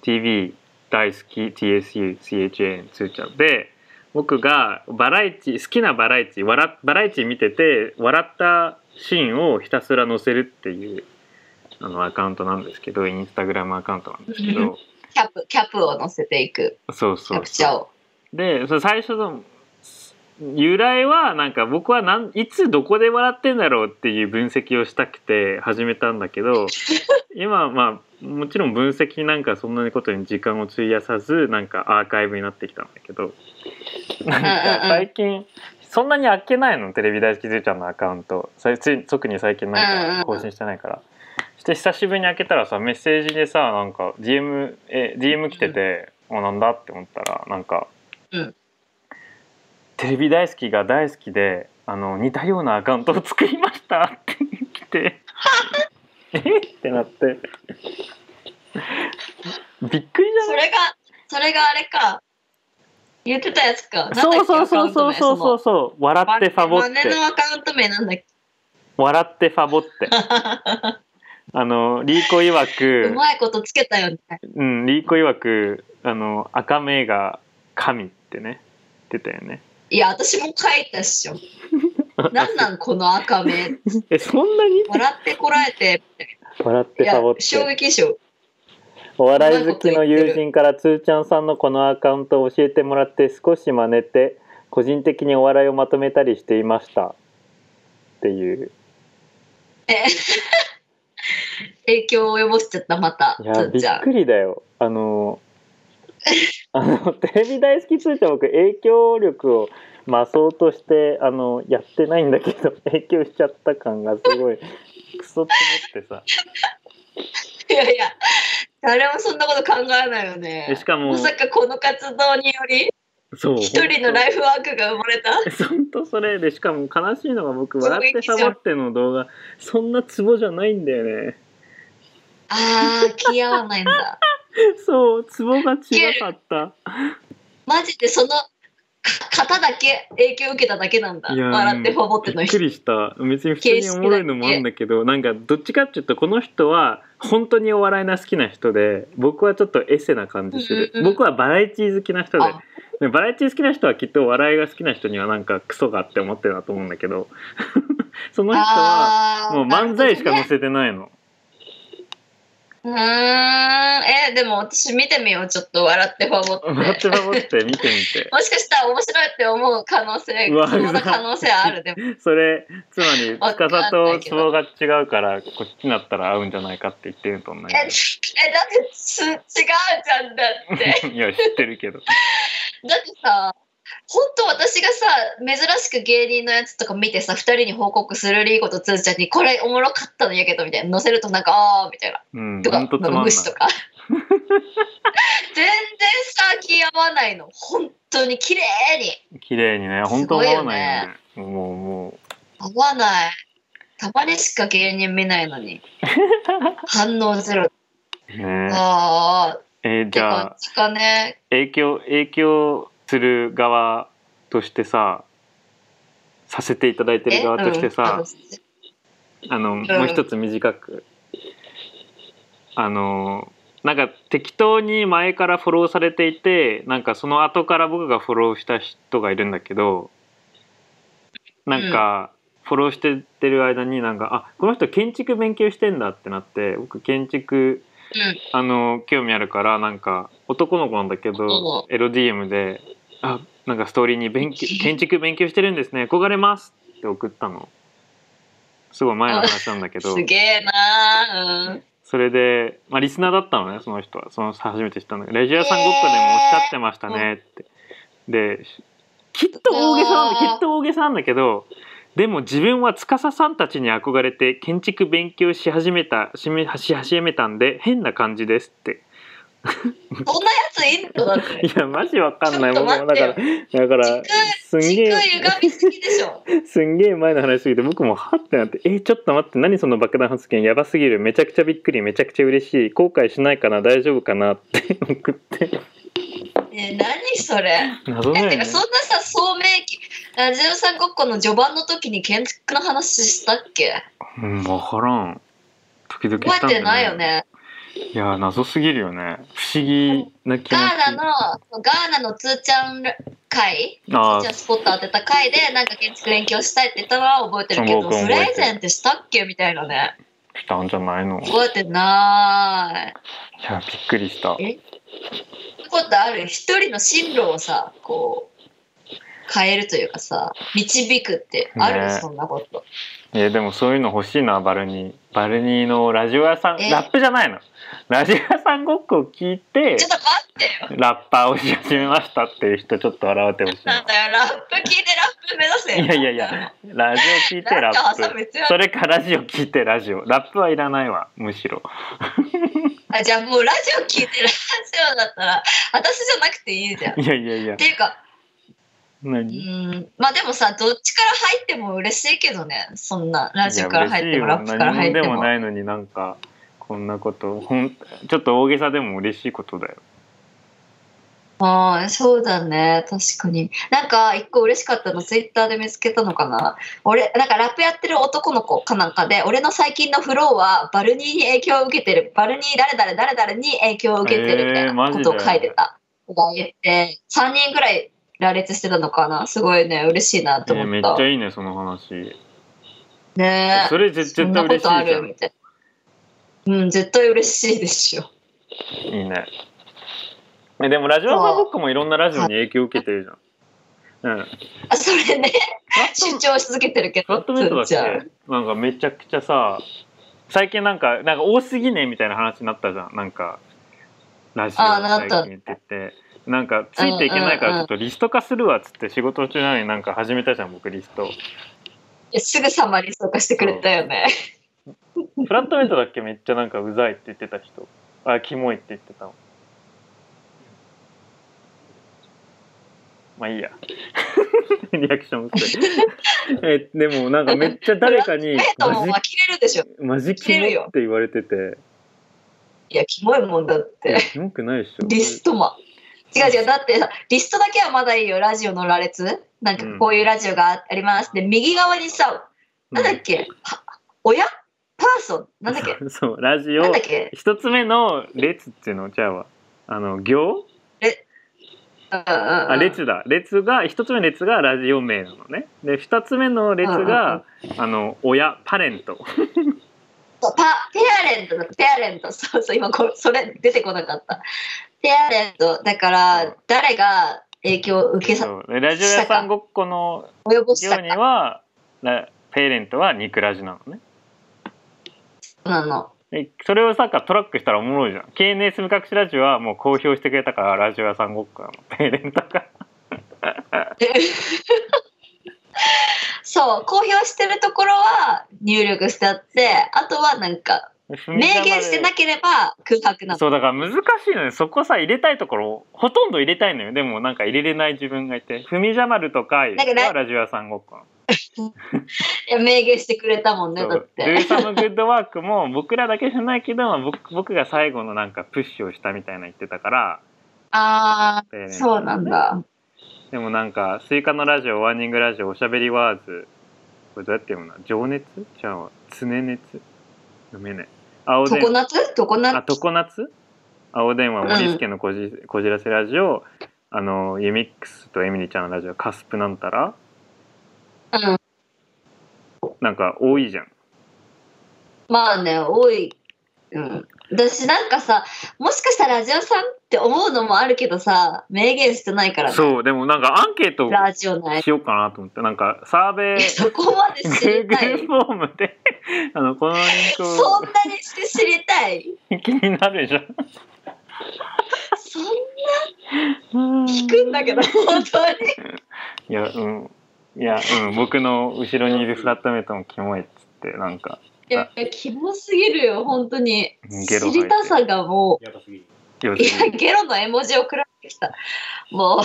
B: TV 大好き TSUCHA つーちゃんで僕がバラエティ好きなバラエティ笑バラエティ見てて笑ったシーンをひたすら載せるっていうあのアカウントなんですけどインスタグラムアカウントなんです けど
A: キャップ、キャップを乗せていく。
B: そうそう
A: キャ
B: そう
A: プチャーを。
B: でその最初の由来はなんか僕はなんいつどこで笑ってんだろうっていう分析をしたくて始めたんだけど今はまあもちろん分析なんかそんなことに時間を費やさずなんかアーカイブになってきたんだけどなんか最近そんなにあっけないのテレビ大好きずーちゃんのアカウントさいつい特に最近ないか
A: うんう
B: ら
A: ん
B: 更新してないから。して久しぶりに開けたらさメッセージでさなんか DM, え DM 来てて「おなんだ?」って思ったらなんかテレビ大好きが大好きであの似たようなアカウントを作りましたって来 てえってなってびっくり
A: それが、それがあれか。言ってたやつか。なん
B: じ
A: だっ
B: ゃな
A: け
B: いそうそうそうそうそうそうそう笑
A: アカウント名その
B: ってファボっ
A: 真似
B: て
A: のアカウント名なんだっけ
B: 笑ってファボって あのリーコ曰
A: う
B: く
A: まいことつけたよね。
B: うんリーコ曰くあの赤目が神ってね言ってたよね
A: いや、私も書いたっ しょ。なんなんこの赤目。
B: えそんなに
A: 笑ってこらえて。
B: 笑っ
A: い
B: てフ
A: や
B: ァボっ、
A: 衝
B: て
A: 撃でしょ。
B: お笑い好きの友人からつーちゃんさんのこのアカウントを教えてもらって少し真似て個人的にお笑いをまとめたりしていましたっていう
A: 影響を及ぼしちゃった、また。
B: い
A: つ
B: や
A: ー
B: び
A: ちゃ
B: っ
A: ん。
B: くりだよあのあの テレビ大好きつーちゃん僕影響力を増そうとしてあのやってないんだけど 影響しちゃった感がすごいクソって思ってさ
A: いやいや、誰もそんなこと考えないよ
B: え
A: ね
B: し。かも
A: まさかこの活動により
B: そう
A: 一人のライフワークが生まれた。
B: 本当それでしかも悲しいのが僕「笑ってサボって」の動画そんなツボじゃないんだよね
A: ああ、気合わないんだ。
B: そうツボが違かった
A: マジでそのか型だけ影響受けただけなんだ。
B: いやー
A: 笑ってほぼって
B: び
A: の
B: っく
A: 人。
B: りした別に普通におもろいのもあるんだけどなんかどっちかっていうとこの人は本当にお笑いの好きな人で僕はちょっとエセな感じする、
A: うんうんうん
B: 僕はバラエティ好きな人で
A: あ
B: でバラエティ好きな人はきっとお笑いが好きな人にはなんかクソがあって思ってるなと思うんだけど その人
A: あ
B: は
A: ー
B: もう漫才しか
A: な
B: 載
A: る
B: せてな い
A: ほ
B: の、
A: どねうーんえでも私見てみようちょっと笑って守って
B: 笑って守って見てみ
A: もしかしたら面白いって思う可能性
B: うわ
A: その
B: うざ
A: 可能性あるでも
B: てそれつまり
A: わかんない
B: 司
A: けど
B: とツボが違うからこっちになったら合うんじゃないかって言ってると思うんだ
A: ええだっ
B: け
A: てす違うじゃんだ って
B: どいや知ってるけど
A: だってさ本当私がさ珍しく芸人のやつとか見てさ2人に報告するリーコとつーちゃんに「これおもろかったのやけど」みたいな載せるとなんか「ああ」みたいな
B: うん
A: と
B: ほ
A: か
B: んとつまんな
A: 無
B: い
A: 視とか全然さ気合わないの本当に綺麗に
B: 綺麗にね本当思わないよねもうも
A: 合わないたまにしか芸人見ないのに反応ゼロ
B: うね
A: ああ
B: えー
A: って
B: じゃあ
A: 感じかね
B: 影響影響する側としてささせていただいてる側としてさ、あの
A: ん
B: もう一つ短くあのなんか適当に前からフォローされていてなんかその後から僕がフォローした人がいるんだけどなんかフォローしてってる間になんかあこの人建築勉強してんだってなって僕建築
A: うん
B: あの興味あるからなんか男の子なんだけど LDM で「あなんかストーリーに勉 強建築勉強してるんですね憧れます」って送ったのすごい前の話なんだけど
A: すげえなーうん
B: それで、まあ、リスナーだったのねその人はその初めて知ったんだけど「レジュアさんごっこ」でもおっしゃってましたねって、できっと大げさなんだ
A: うわー
B: きっと大げさなんだけどでも自分は司さんたちに憧れて建築勉強し始めたしめし始めたんで変な感じですって
A: そんなやついんのだって
B: いやマジわかんない
A: ちょ
B: 僕
A: っと
B: も
A: 待
B: だ
A: って
B: か
A: よ
B: らだからすんげ
A: 軸
B: え
A: 歪みすぎでし ょ
B: すんげえ前の話すぎて僕もはってなって「えちょっと待って何その爆弾発言やばすぎるめちゃくちゃびっくりめちゃくちゃ嬉しい後悔しないかな大丈夫かな」って 送って
A: ねえ何それ
B: 謎だ
A: え
B: よ
A: て
B: ね
A: かそんなさ聡明期ラジオさんごっこの序盤の時に建築の話したっけ
B: うん分からん時々し
A: 覚
B: たん
A: え
B: だ
A: てないよね
B: いや謎すぎるよね不思議な気持ち
A: ガーナのガーナのつーちゃん会つ
B: あ
A: ーちゃ
B: ー
A: んスポット当てた会でなんか建築勉強したいって言ったのは覚えてるけど
B: 僕も
A: プ
B: 覚えて
A: レ
B: る
A: ゼンってしたっけみたいなね
B: したんじゃないのい
A: 覚えてない
B: やびっくりした
A: えそういうことある一人の進路をさこう変えるというかさ導くってある、
B: ね
A: そんなこと
B: えでもそういうの欲しいなバルニーバルニーのラジオ屋さん
A: え
B: ラップじゃないのラジオ屋さんごっこを聞いて
A: ちょっと待ってよ
B: ラッパーをし始めましたっていう人ちょっと笑ってほしい
A: なん
B: な
A: だよラップ聞いてラップ目指せ
B: いやいやいやラジオ聞いて
A: ラ
B: ラ
A: ップ挟
B: ッ
A: む
B: プ
A: 必要あ
B: そ
A: る
B: れかラジオ聞いてラジオラップはいらないわむしろ
A: あじゃあもうラジオ聞いてラジオだったら私じゃなくていいじゃんっ
B: いやいやいや
A: ていうかう
B: 何
A: んまあでもさどっちから入っても嬉しいけどねそんなラジオから入っても
B: いや
A: ラッ
B: 嬉
A: プ
B: しいよ
A: から入って
B: 何もで
A: も
B: もないのになんかこんなことほんちょっと大げさでも嬉しいことだよ
A: ああそうだね確かになんか一個嬉しかったのツイッターで見つけたのかな俺なんかラップやってる男の子かなんかで俺の最近のフローはバルニーに影響を受けてるバルニー誰々誰々に影響を受けてるみたい
B: えー
A: な
B: マ
A: こ
B: ジで
A: とを書いてた、が言って3人ぐらい羅列してたのかなすごいね嬉しいなと
B: え
A: 思
B: め
A: っ、
B: ったちゃいいねその話
A: ねえ
B: それ絶
A: そん
B: 絶
A: なこ
B: 対嬉しいじ
A: と
B: ゃ
A: あるみたいな。うん、絶対嬉しいでしょ。
B: んいいねえでもラジオさんごっこもいろんなラジオに影響を受けてるじゃんうん
A: あ、それね、
B: フラッ
A: 主
B: ト
A: 張し続けてるけ
B: フ
A: ど、
B: ラットメイトだっ
A: つーちゃん
B: けなんかめちゃくちゃさ最近なんかなんか多すぎねみたいな話になったじゃんなんかラジオ
A: あーなっ
B: 最
A: た
B: 近言っててなんかついていけないか
A: うんうんうん
B: らちょっとリスト化するわっつって仕事中なのになんか始めたじゃん僕リスト
A: いやすぐさま理想化してくれたよね。
B: フラットメイトだっけめっちゃなんかうざいって言ってた人あキモいって言ってたのまあいいや リアクション 薄いえでもなんかめっちゃ誰か
A: ペ
B: に
A: ットも
B: マジ
A: まあ切れるでしょ。
B: マジキモって言われてて
A: いや、キモいもんだっ
B: いや
A: て。
B: キモくないでしょ
A: リストも。違う違う、だってさ、リストだけはまだいいよ、ラジオの羅列。なんかこういうラジオがあります。で、右側にさ、なんだっけ、は親パーソンなんだっけ
B: そうラジオ
A: なんだっけ
B: 一つ目の列っていうのじゃあはあの行
A: あ
B: あ列だ列が一つ目の列がラジオ名なのねで二つ目の列があの親パレント
A: そうパペアレントだペアレントそうそう今こそれ出てこなかったペアレントだか
B: うん
A: ら誰が影響を受けさ
B: そうでラジオ屋さんごっこの
A: 及ぼし
B: よ
A: た
B: うに
A: か
B: はラペイレントはニクラジなのね
A: なの
B: でそれをさトラックしたらおもろいじゃん KNS 無隠しラジオはもう公表してくれたからラジオ屋さんごっこなのペイレントが
A: そう公表してるところは入力してあってあとはなんか
B: 明
A: 明言してなければ空白なの
B: そうだから難しいのよそこさ入れたいところほとんど入れたいのよでもなんか入れれない自分がいて「ふみじゃまる」とか
A: なんかラ
B: はラジオ屋さんごっこなの
A: いや明言してくれたもんね
B: そう
A: だっ
B: ル
A: て
B: ーサムグッドワークも僕らだけじゃないけど僕僕が最後のなんかプッシュをしたみたいな言ってたから
A: あ
B: ペイレン
A: あ
B: ト
A: そうなんだ
B: でもなんか「スイカのラジオ」「ワーニングラジオ」「おしゃべりワーズ」これどうやって読むの情熱じゃあ常熱読めねえ青
A: 常
B: 電話
A: 夏常
B: あ
A: 夏
B: 常夏青電話森助のこじ,、こじらせラジオあのユミックスとエミリちゃんのラジオカスプなんたら
A: うん
B: なんか多いじゃん
A: まあね多い、うん、私なんかさもしかしたらラジオさんって思うのもあるけどさ明言してないからね
B: そうでもなんかアンケートを
A: ラジオない
B: しようかなと思ってなんかサーベイ
A: そこまで知りた
B: Google
A: い
B: フォームで あのこのリンク
A: そ
B: を
A: んなにして知りたい
B: 気になるじゃん
A: そんな聞くんだ けど本当に
B: いや、うん。いや、うん。僕の後ろにいるフラットメイトもキモいっつって、なんか、
A: いやキモすぎるよ本当に知
B: ゲロ吐いて
A: りたさがもう
C: やばすぎる。
B: 要
A: いや、
B: するに
A: ゲロの絵文字を食らってきた。も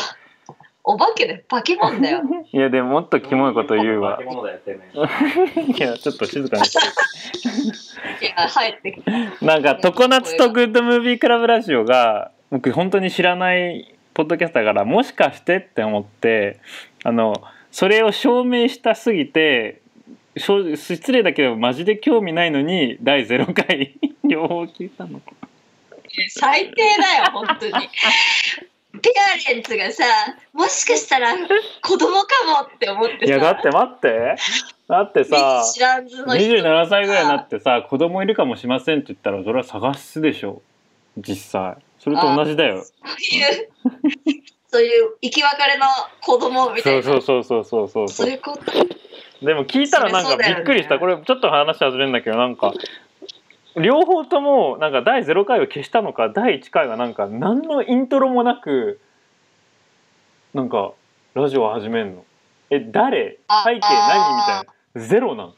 A: う、お化けで化け物 だよ。
B: いや、でももっとキモいこと言うわ
C: 化け。物だよてめえ
B: いや、ちょっと静かにして。
A: いや、入ってきた。
B: なんか、常夏とグッドムービークラブラジオが、僕本当に知らないポッドキャスターだから、もしかしてって思って、あの、それを証明したすぎて、しょう失礼だけどマジで興味ないのに第0回 両方聞いたの
A: 最低だよ、本 当に。ペアレンツがさ、もしかしたら子供かもって思って
B: い
A: さ、
B: やだって待ってだってさ
A: 知らんずの人が
B: 27歳ぐらいになってさ子供いるかもしませんって言ったらそれは探すでしょ実際それと同じだよ
A: そういう、そういう生き別れの子供みた
B: そ
A: いうな。
B: そうそうそうそうそう
A: そういうこと。い
B: でも聞いたらなんか
A: そりゃそうだ
B: び
A: よね
B: っくりした、これちょっと話外れるんだけどなんか両方ともなんか第0回を消したのか第1回はなんか何のイントロもなくなんかラジオを始めるのえ誰
A: あ
B: 背景何みたいなゼロなの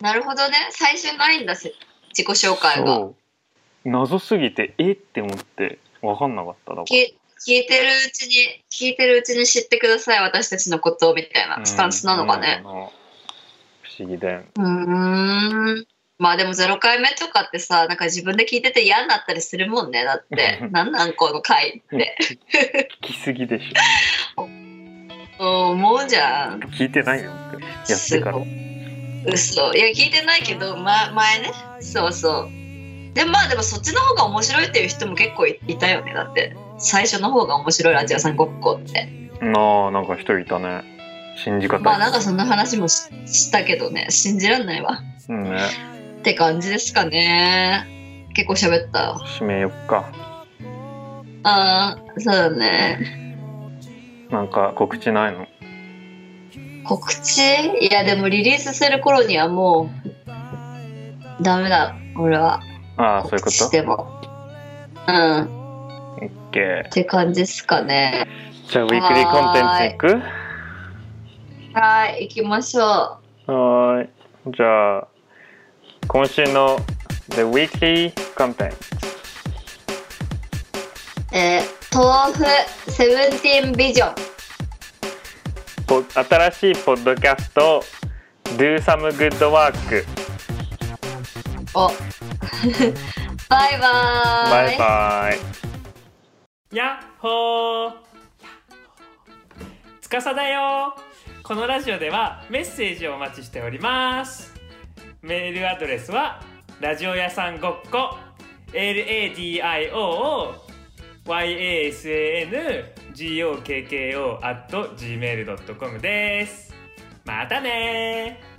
A: なるほどね。最初ないんだし、自己紹介が。
B: そう謎すぎてえって思って分かんなかっただから
A: 聞い聞いてるうちに、聞いてるうちに知ってください、私たちのことをみたいなスタンスなのかね。
B: うんなのか不思議だよね
A: うーんまあでも0回目とかってさなんか自分で聞いてて嫌になったりするもんねだってなんなんこの回って
B: 聞きすぎでし
A: うん思うじゃん
B: ょ聞いてないよ僕やってから
A: 嘘いや聞いてないけど、ま、前ねそうそうでまあでもそっちの方が面白いっていう人も結構いいたよねだって最初の方が面白いラジオさんごっこって
B: なあなんか一人いたね信じ方
A: まあなんかそんな話もししたけどね信じらんないわ
B: うんね
A: って感じですかね結構喋った
B: 締めよっか
A: ああそうだね
B: なんか告知ないの
A: 告知いやでもリリースする頃にはもうダメだ俺は
B: ああそうい
A: 告
B: うこ
A: 知してもうんっ
B: とオッケ
A: て感じですかね
B: ーじゃあウィークリーコンテンツいく
A: はい行きましょ
B: はーいじゃあ今週の The Weekly Content
A: うえー、豆腐セブンティーンビジョン
B: ポ新しいポッドキャスト「Do Some Good Work
A: を バイ」バーイ
B: バイバイやっほー
D: つかさだよこのラジオではメッセージをお待ちしております
B: メールアドレスはラジオ屋さんごっこ LADIOOYASANGOKKO at gmail.com ですまたねー